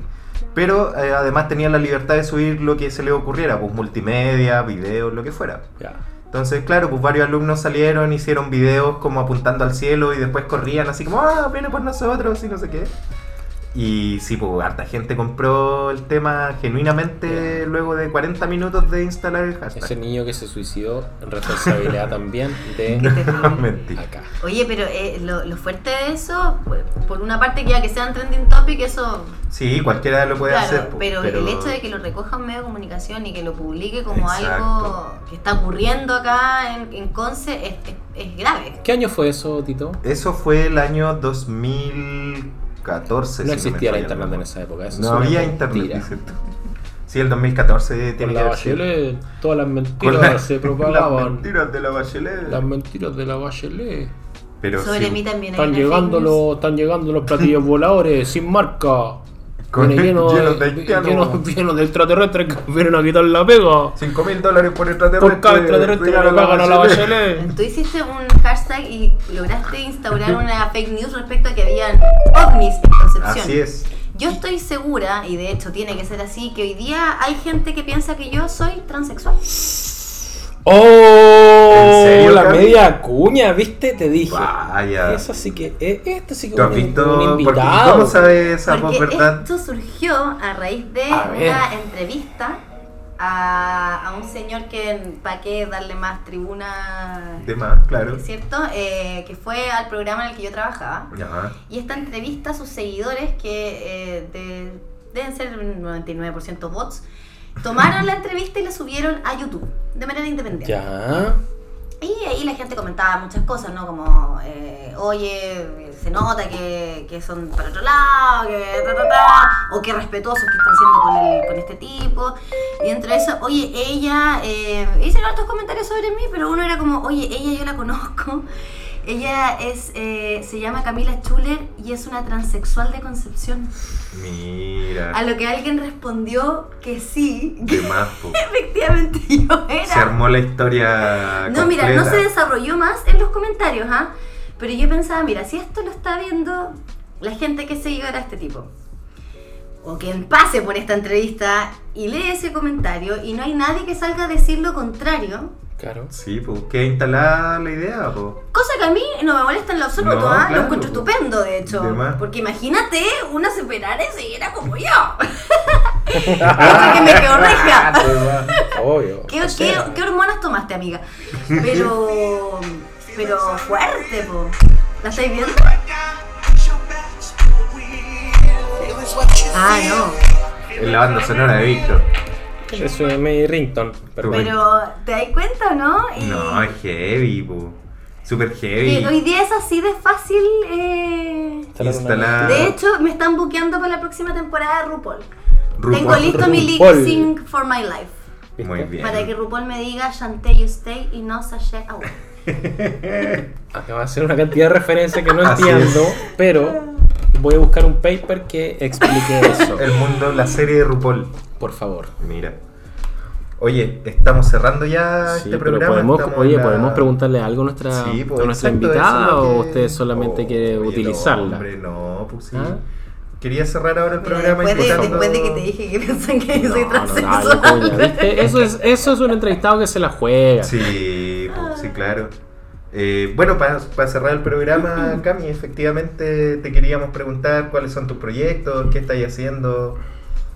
A: Pero eh, además tenían la libertad de subir lo que se les ocurriera, pues multimedia, videos, lo que fuera.
B: Ya.
A: Entonces, claro, pues varios alumnos salieron, hicieron videos como apuntando al cielo y después corrían así como, ah, viene por nosotros y no sé qué. Y sí, pues harta gente compró el tema genuinamente luego de 40 minutos de instalar el hashtag.
B: Ese niño que se suicidó, responsabilidad también
C: Qué
B: de
A: No,
C: terrible.
A: mentira.
B: acá.
C: Oye, pero eh, lo, lo fuerte de eso, pues, por una parte que ya que sean trending topic, eso,
A: Sí, cualquiera lo puede
C: claro,
A: hacer. pues,
C: pero, el hecho de que lo recoja un medio de comunicación y que lo publique como
A: Exacto.
C: algo que está ocurriendo acá en, en Conce es, es- es grave.
B: ¿Qué año fue eso, Tito?
A: Eso fue el año 2014.
B: No
A: si me
B: existía la
A: falla
B: internet en
A: memoria.
B: esa época. Eso es
A: No
B: una
A: había internet,
B: mentira.
A: dices tú. Sí, el 2014 tiene
B: Con
A: que
B: la
A: haber sido.
B: Bachelet, todas las
A: Con
B: mentiras
A: la-
B: se
A: Las
B: propagaban.
A: mentiras de la Bachelet.
B: Las mentiras de la Bachelet.
A: Pero
C: Sobre
A: sí,
C: mí también hay
B: Están
C: una
B: llegando,
C: fake news.
B: los, están llegando los platillos voladores sin marca.
A: Con-
B: Viene lleno,
A: llenos de haitianos.
B: llenos, llenos de extraterrestres que vienen a quitar la pega.
A: 5 mil dólares por extraterrestre.
B: Por cada extraterrestre que le pagan a la Bachelet.
C: Tú hiciste un hashtag y lograste instaurar una fake news respecto a que habían ovnis en Concepción.
A: Así es.
C: Yo estoy segura, y de hecho tiene que ser así, que hoy día hay gente que piensa que yo soy transexual.
B: ¡Oh!
A: ¿En serio,
B: la
A: Cami?
B: media cuña, ¿viste? Te dije.
A: Vaya.
B: Eso sí que. eh, Este sí que
A: ¿Tú has
B: un-
A: visto?
B: un
A: Porque,
B: invitado.
A: ¿Cómo sabes esa voz,
C: Porque
A: verdad?
C: esto surgió a raíz de
B: A ver.
C: una entrevista a, a un señor que, ¿para qué darle más tribuna?
A: De más, claro.
C: ¿Es cierto? Eh, que fue al programa en el que yo trabajaba.
A: Ajá.
C: Y esta entrevista a sus seguidores, que eh, de- deben ser un 99% bots, tomaron la entrevista y la subieron a YouTube de manera independiente.
B: Ya.
C: Y ahí la gente comentaba muchas cosas, ¿no? Como, eh, oye, se nota que, que son para otro lado, que ta, ta, ta, o que respetuosos que están siendo con, el- con este tipo. Y entre eso, oye, ella, eh, hicieron otros comentarios sobre mí, pero uno era como, oye, ella yo la conozco. Ella es, eh, se llama Camila Schuller y es una transexual de Concepción. A
A: Mira.
C: lo que alguien responó que sí, que
A: De más, po.
C: efectivamente yo era.
A: Se armó la historia.
C: No, mira,
A: completa.
C: no se desarrolló más en los comentarios, ¿ah? Pero yo pensaba, mira, si esto lo está viendo la gente que se a este tipo, o quien pase por esta entrevista y lee ese comentario y no hay nadie que salga a decir lo contrario,
B: Claro.
A: Sí, pues, queda instalada la idea, pues.
C: cosa que a mí no me molesta en lo absoluto,
A: No,
C: ¿ah?
A: claro.
C: Lo encuentro estupendo, de hecho.
A: De más.
C: Porque imagínate una se operara y siguiera como yo. Cosa que me quedó regia.
B: Obvio.
C: ¿Qué,
B: o
C: qué-
B: sea.
C: qué hormonas tomaste, amiga? Pero. Pero fuerte, po. ¿La estáis viendo? Ah, no.
A: Es la banda sonora de Víctor.
B: Eso es mi rington. Perfecto.
C: Pero, ¿te das cuenta, no? Y-
A: No, es heavy, po. Super
C: que hoy
A: heavy.
C: día es así de fácil. eh,
A: Instalar-
C: De hecho, me están buqueando para la próxima temporada de RuPaul.
A: RuPaul.
C: Tengo listo mi
B: RuPaul.
C: lip sync for my life.
A: Muy bien.
C: Para que RuPaul me diga Shantae you stay y no Sashay away.
B: Ah, Acaba de hacer una cantidad de referencias que no
A: Así
B: entiendo, pero voy a buscar un paper que explique eso.
A: El mundo, la serie de RuPaul.
B: Por favor.
A: Mira. Oye, estamos cerrando ya
B: Sí,
A: este
B: pero
A: programa.
B: podemos,
A: estamos
B: oye,
A: en la-
B: ¿podemos preguntarle algo a nuestra,
A: Sí, pues,
B: a nuestra
A: exacto,
B: invitada
A: eso es lo
B: o
A: que-
B: usted solamente
A: Oh,
B: quiere
A: oye, no,
B: utilizarla?
A: hombre, no, pues sí.
B: ¿Ah?
A: Quería cerrar ahora el
C: Mira,
A: programa
C: después, de,
A: invitando-
C: después de que te dije que piensan que
B: No,
C: soy
B: no,
C: transexual.
B: dale, coña, ¿viste? Eso es, eso es un entrevistado que se la juega.
A: Sí, pues, sí, claro. Eh, bueno, para cerrar el programa, Cami, efectivamente te queríamos preguntar cuáles son tus proyectos, qué estáis haciendo.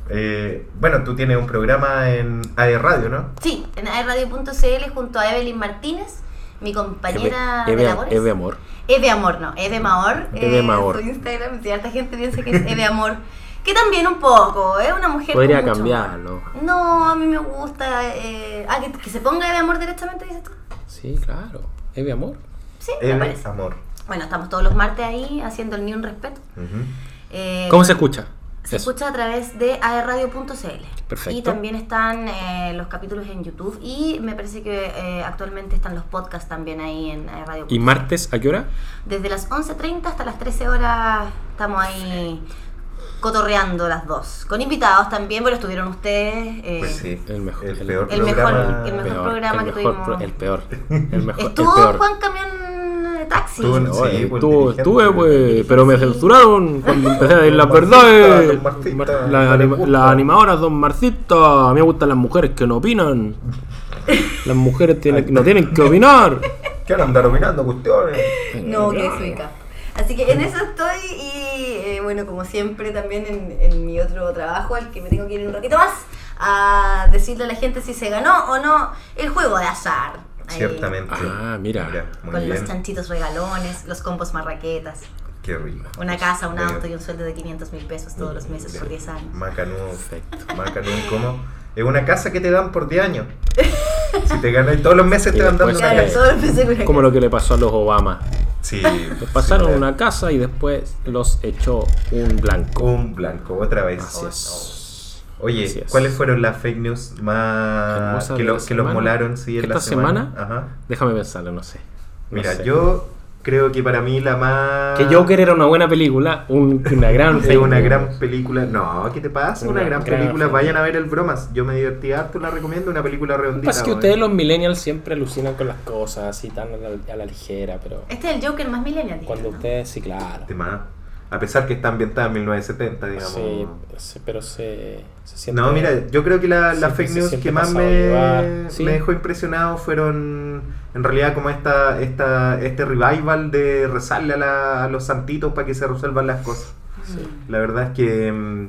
A: Eh, bueno, tú tienes un programa en AE Radio, ¿no?
C: Sí, en aerradio.cl junto a Evelyn Martínez, mi compañera
B: Eve-
C: de
B: Eve,
C: labores.
B: Eve Amor.
C: Eve Amor, no, Eve Maor.
B: Eve Maor.
C: Su Instagram, cierta gente piensa que es Eve Amor. Que también un poco, es una mujer. con
B: Podría
C: mucho amor.
B: cambiarlo.
C: No, a mí me gusta. eh, ah, que, que se ponga Eve Amor directamente, dices tú.
B: Sí, claro. Eve Amor.
C: Sí, me
A: Eve
C: parece.
A: Amor.
C: Bueno, estamos todos los martes ahí haciendo el Ni un Respeto.
A: Ujú.
C: Eh,
B: ¿Cómo se escucha?
C: Se
B: Eso.
C: escucha a través de aerradio.cl.
B: Perfecto.
C: Y también están eh, los capítulos en YouTube y me parece que eh, actualmente están los podcasts también ahí en aerradio.cl.
B: ¿Y martes a qué hora?
C: Desde las 11.30 hasta las 13 horas estamos ahí cotorreando las dos. Con invitados también, pero estuvieron ustedes. eh,
A: Pues sí,
B: El mejor- el-
A: peor
C: el mejor-
A: programa.
C: el mejor programa
B: el
C: que
B: mejor
C: tuvimos.
B: pro- el peor. El mejor.
C: Estuvo
B: el peor.
C: Juan Camión de Taxi.
A: Estuvo en-
B: No,
A: Sí,
B: eh,
A: pues,
B: estuvo-
A: dirigente.
B: estuve, pues, pero me censuraron cuando empecé a decir las
A: Don Marcita,
B: verdades.
A: don Marcita,
B: Mar-
A: no
B: la,
A: le
B: anima-
A: gusta.
B: la animadora, don Marcita. A mí me gustan las mujeres que no opinan. Las mujeres tienen, no tienen que opinar.
A: ¿Qué van a andar opinando cuestiones?
F: No, que desubica. Así que en eso estoy y eh, bueno, como siempre también en, en mi otro trabajo, al que me tengo que ir un ratito más, a decirle a la gente si se ganó o no el juego de azar. Ahí,
A: Ciertamente.
B: Ah, mira.
A: muy
C: Con los
A: bien.
C: chanchitos regalones, los combos marraquetas,
A: Qué rico.
C: una casa, un auto y
A: Bien.
C: un sueldo de 500 mil pesos todos los meses por 10 años.
A: Macanudo.
B: Perfecto.
A: Macanudo, ¿cómo? Es una casa que te dan por 10 años. Si te ganas todos los meses
B: Y
A: te van dando
B: después
A: una
B: se-
F: Claro,
A: casa.
F: todo lo pensé con una
B: Como
F: cara.
B: lo que le pasó a los Obama.
A: Sí.
B: Los pasaron
A: sí,
B: una casa y después los echó un blanco.
A: Un blanco, otra vez.
B: Así
F: Oh,
B: es.
A: Oye,
B: Así es.
A: ¿cuáles fueron las fake news más
B: Hermosa
A: que,
B: de
A: lo-
B: la
A: que los
B: semana.
A: molaron sí, en la
B: ¿Esta
A: semana?
B: semana?
A: Ajá.
B: Déjame pensarlo, no sé. No
A: Mira,
B: sé.
A: yo creo que para mí la más.
B: Que Joker era una buena película, un- una gran
A: Es Eh, una
B: película.
A: gran película. No, ¿qué te pasa? Una,
B: Una
A: gran,
B: gran
A: película.
B: película.
A: Vayan a ver el bromas. Yo me divertí harto, la recomiendo. Una película redondita.
B: Pasa que
A: weón.
B: ustedes los millennials siempre alucinan con las cosas así tan a la, a la ligera, pero
C: Este es el Joker más millennial. diría,
B: cuando
C: ¿no?
B: ustedes sí, claro.
A: Este más. A pesar que está ambientada en 1970, digamos.
B: Sí, se- pero se, se siente-
A: No, mira, yo creo que la- las
B: siempre
A: fake
B: se
A: news
B: siente
A: que más
B: pasado
A: me,
B: llevar, sí.
A: me dejó impresionado fueron en realidad como esta, esta este revival de rezarle a, la- a los santitos para que se resuelvan las cosas.
B: Sí.
A: La verdad es que mm,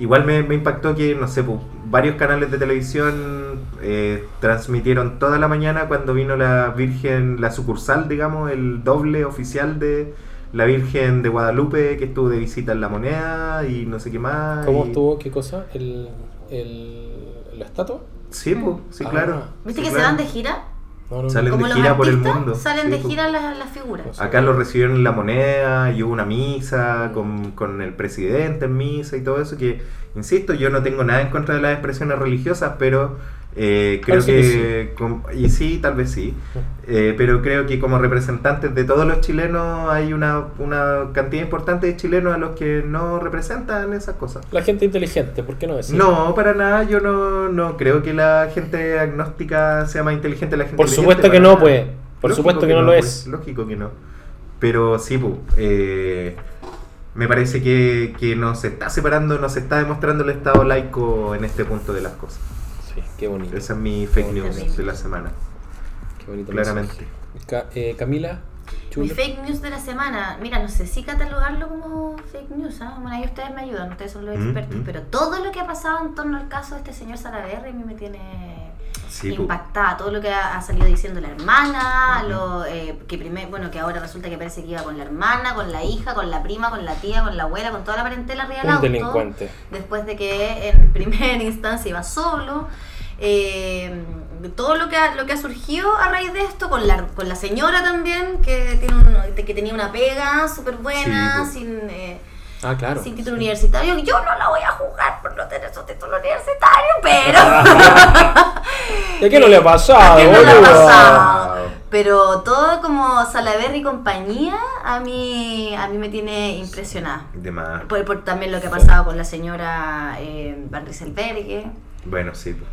A: igual me, me impactó que, no sé, pues, varios canales de televisión eh, transmitieron toda la mañana cuando vino la Virgen, la sucursal, digamos, el doble oficial de la Virgen de Guadalupe que estuvo de visita en La Moneda y no sé qué más.
B: ¿Cómo
A: y-
B: estuvo? ¿Qué cosa? ¿El, el, ¿La estatua?
A: Sí, pues, sí,
B: Ah.
A: claro.
C: ¿Viste
A: Sí,
C: que
A: claro.
C: se van de gira?
B: No, no,
A: Salen
C: Como
A: de
C: los
A: gira por el
C: artistas
A: mundo.
C: salen
A: sí,
C: de
A: pues.
C: gira las, las figuras.
A: Acá lo recibieron en la moneda y hubo una misa con, con el presidente en misa y todo eso. Que, insisto, yo no tengo nada en contra de las expresiones religiosas, pero eh, creo
B: Parece
A: que.
B: que
A: com- y sí, tal vez sí. Eh, pero creo que como representantes de todos los chilenos hay una, una cantidad importante de chilenos a los que no representan esas cosas.
B: La gente inteligente, ¿por qué no decir?
A: No, para nada, yo no, no creo que la gente agnóstica sea más inteligente. La gente
B: Por
A: creyente,
B: supuesto que
A: para
B: no,
A: nada.
B: pues. Por
A: Lógico
B: supuesto que no lo
A: pues,
B: es.
A: Lógico que no. Pero sí, pues, eh, me parece que, que nos está separando, nos está demostrando el estado laico en este punto de las cosas.
B: Sí, qué bonito.
A: Esa es mi fake
B: Bonito,
A: news
C: sí.
A: de la semana,
B: Qué bonito
A: claramente.
B: mensaje. Ca- eh, Camila,
C: Mi
B: chulo.
C: fake news de la semana, mira, no sé si catalogarlo como fake news, ¿ah? bueno, ahí ustedes me ayudan, ustedes son los
A: Mm,
C: expertos,
A: mm.
C: pero todo lo que ha pasado en torno al caso de este señor Salaverri a mí me tiene
A: Sí, pues.
C: impactada, todo lo que ha, ha salido diciendo la hermana,
A: Ujú.
C: lo, eh, que primer, bueno, que ahora resulta que parece que iba con la hermana, con la hija, con la prima, con la tía, con la abuela, con toda la parentela arriba del
B: Un
C: auto
B: delincuente.
C: después de que en primera instancia iba solo. eh, todo lo que, ha, lo que ha surgido a raíz de esto, con la, con la señora también, que, tiene un- que tenía una pega súper buena,
A: Sí,
C: sin, eh,
B: Ah, pues. claro.
C: sin título
B: Sí.
C: universitario. Yo no la voy a juzgar por no tener su título universitario, pero...
B: ¿Y qué no le ha pasado?
C: ¿Qué no le ha
B: boludo?
C: pasado? Pero todo como Salaverry y compañía a mí, a mí me tiene impresionada.
A: De más.
C: Por, por también lo que ha pasado con la señora eh, Van Rieselberghe.
A: Bueno, sí. po.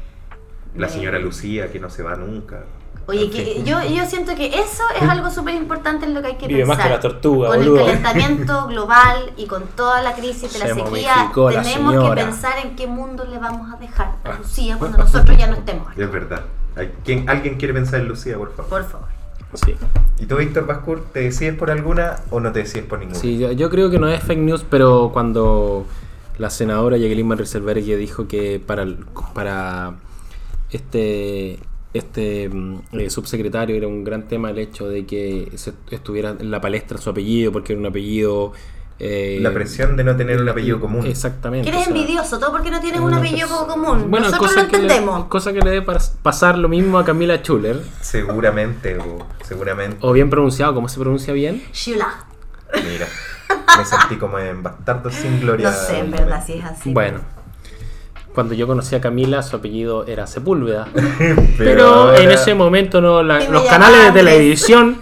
A: La
C: Eh.
A: señora Lucía, que no se va nunca.
C: Oye, que yo, yo siento que eso es algo súper importante en lo que hay que
B: Vive
C: pensar.
B: más que la tortuga,
C: con
B: boludo.
C: el calentamiento global y con toda la crisis de la
B: Se
C: sequía,
B: momificó la
C: tenemos que
B: señora.
C: pensar en qué mundo le vamos a dejar
B: Ah.
C: a Lucía cuando nosotros ya no estemos.
A: Es verdad. Hay- ¿quién- alguien quiere pensar en Lucía, por favor.
C: Por favor.
B: Sí.
A: ¿Y tú, Víctor Bascur, te decides por alguna o no te decides por ninguna?
B: Sí, yo, yo creo que no es fake news, pero cuando la senadora Jacqueline Van Rieselberghe dijo que para, el- para este, este mm, eh, subsecretario era un gran tema el hecho de que se estuviera en la palestra su apellido, porque era un apellido... eh,
A: La presión de no tener un apellido común.
B: Exactamente.
C: Que eres
B: o sea,
C: envidioso, todo porque no tienes
B: es
C: un
B: una
C: apellido
B: pers-
C: común.
B: Bueno,
C: nosotros lo
B: cosa que le-
C: entendemos.
B: cosa que le debe pas- pasar lo mismo a Camila Schuller,
A: Seguramente, bo, seguramente.
B: o bien pronunciado, ¿cómo se pronuncia bien?
C: Shula.
B: Oh.
A: Mira, me sentí como en Bastardos sin Gloria.
C: No sé, en verdad, si es así.
B: Bueno, cuando yo conocí a Camila, su apellido era Sepúlveda.
A: Pero,
B: Pero
A: ahora-
B: en ese momento no, la-
C: Y me
B: los
C: llamaba
B: canales de
C: Andrés.
B: televisión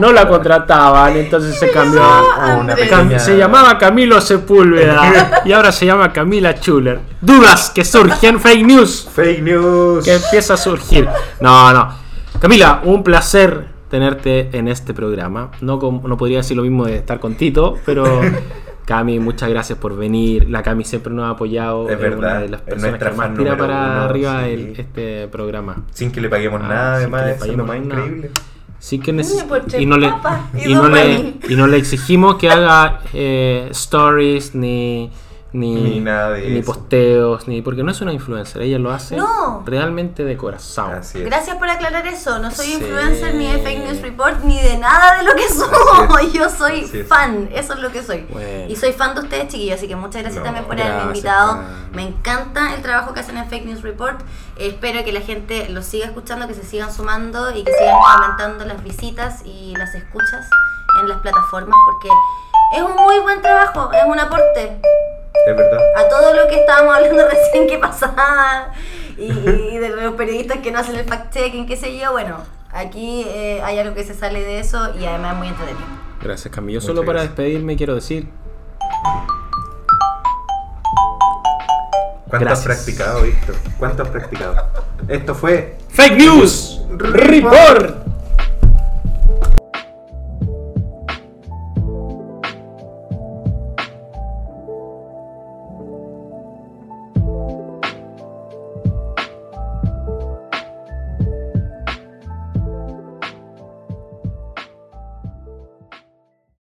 B: no la contrataban, entonces se cambió.
C: Ah,
A: una
F: Andrés.
B: Cam-
A: pequeña-
B: se llamaba Camilo Sepúlveda y ahora se llama Camila Schuller. Dudas que surgen, fake news
A: Fake news.
B: que empieza a surgir. No, no. Camila, un placer tenerte en este programa. No, com- no podría decir lo mismo de estar con Tito, pero Cami, muchas gracias por venir. La Cami siempre nos ha apoyado.
A: Es
B: una
A: verdad,
B: de las
A: es
B: personas
A: nuestra
B: que más
A: fan
B: tira
A: número
B: para
A: uno,
B: arriba
A: sí.
B: el- este programa.
A: Sin que le paguemos
B: Ah,
A: nada,
B: sin que
A: además,
B: le
A: eso es lo más
B: paguemos nada.
A: increíble.
B: Sí que neces-
F: Oye, por tres
B: y no le
F: papas y
B: y no
F: dos
B: le
F: maní.
B: y no le exigimos que haga eh, stories ni ni,
A: Ni nada de
B: ni
A: eso.
B: posteos ni porque no es una influencer ella lo hace
F: No.
B: realmente de corazón
A: Así es.
F: Gracias por aclarar eso. No soy
B: Sí.
F: influencer ni de Fake News Report ni de nada de lo que
A: Así
F: soy.
A: es.
F: Yo soy
A: Así es.
F: fan. Eso es lo que soy.
B: Bueno.
F: Y soy fan de ustedes, chiquillos. Así que muchas gracias
A: No,
F: también por haberme
B: gracias,
F: invitado.
B: Cami.
F: Me encanta el trabajo que hacen en Fake News Report. Espero que la gente los siga escuchando, que se sigan sumando y que sigan aumentando las visitas y las escuchas en las plataformas porque es un muy buen trabajo, es un aporte
A: Es verdad.
F: a todo lo que estábamos hablando recién que pasaba y, y de los periodistas que no hacen el fact-checking, qué sé yo. Bueno, aquí eh, hay algo que se sale de eso y además es muy entretenido.
B: Gracias, Camilo.
A: Muchas
B: Solo para
A: gracias.
B: despedirme quiero decir
A: ¿Cuánto has
B: Gracias.
A: practicado, Víctor? ¿Cuánto has practicado? Esto fue
B: Fake News
A: Report.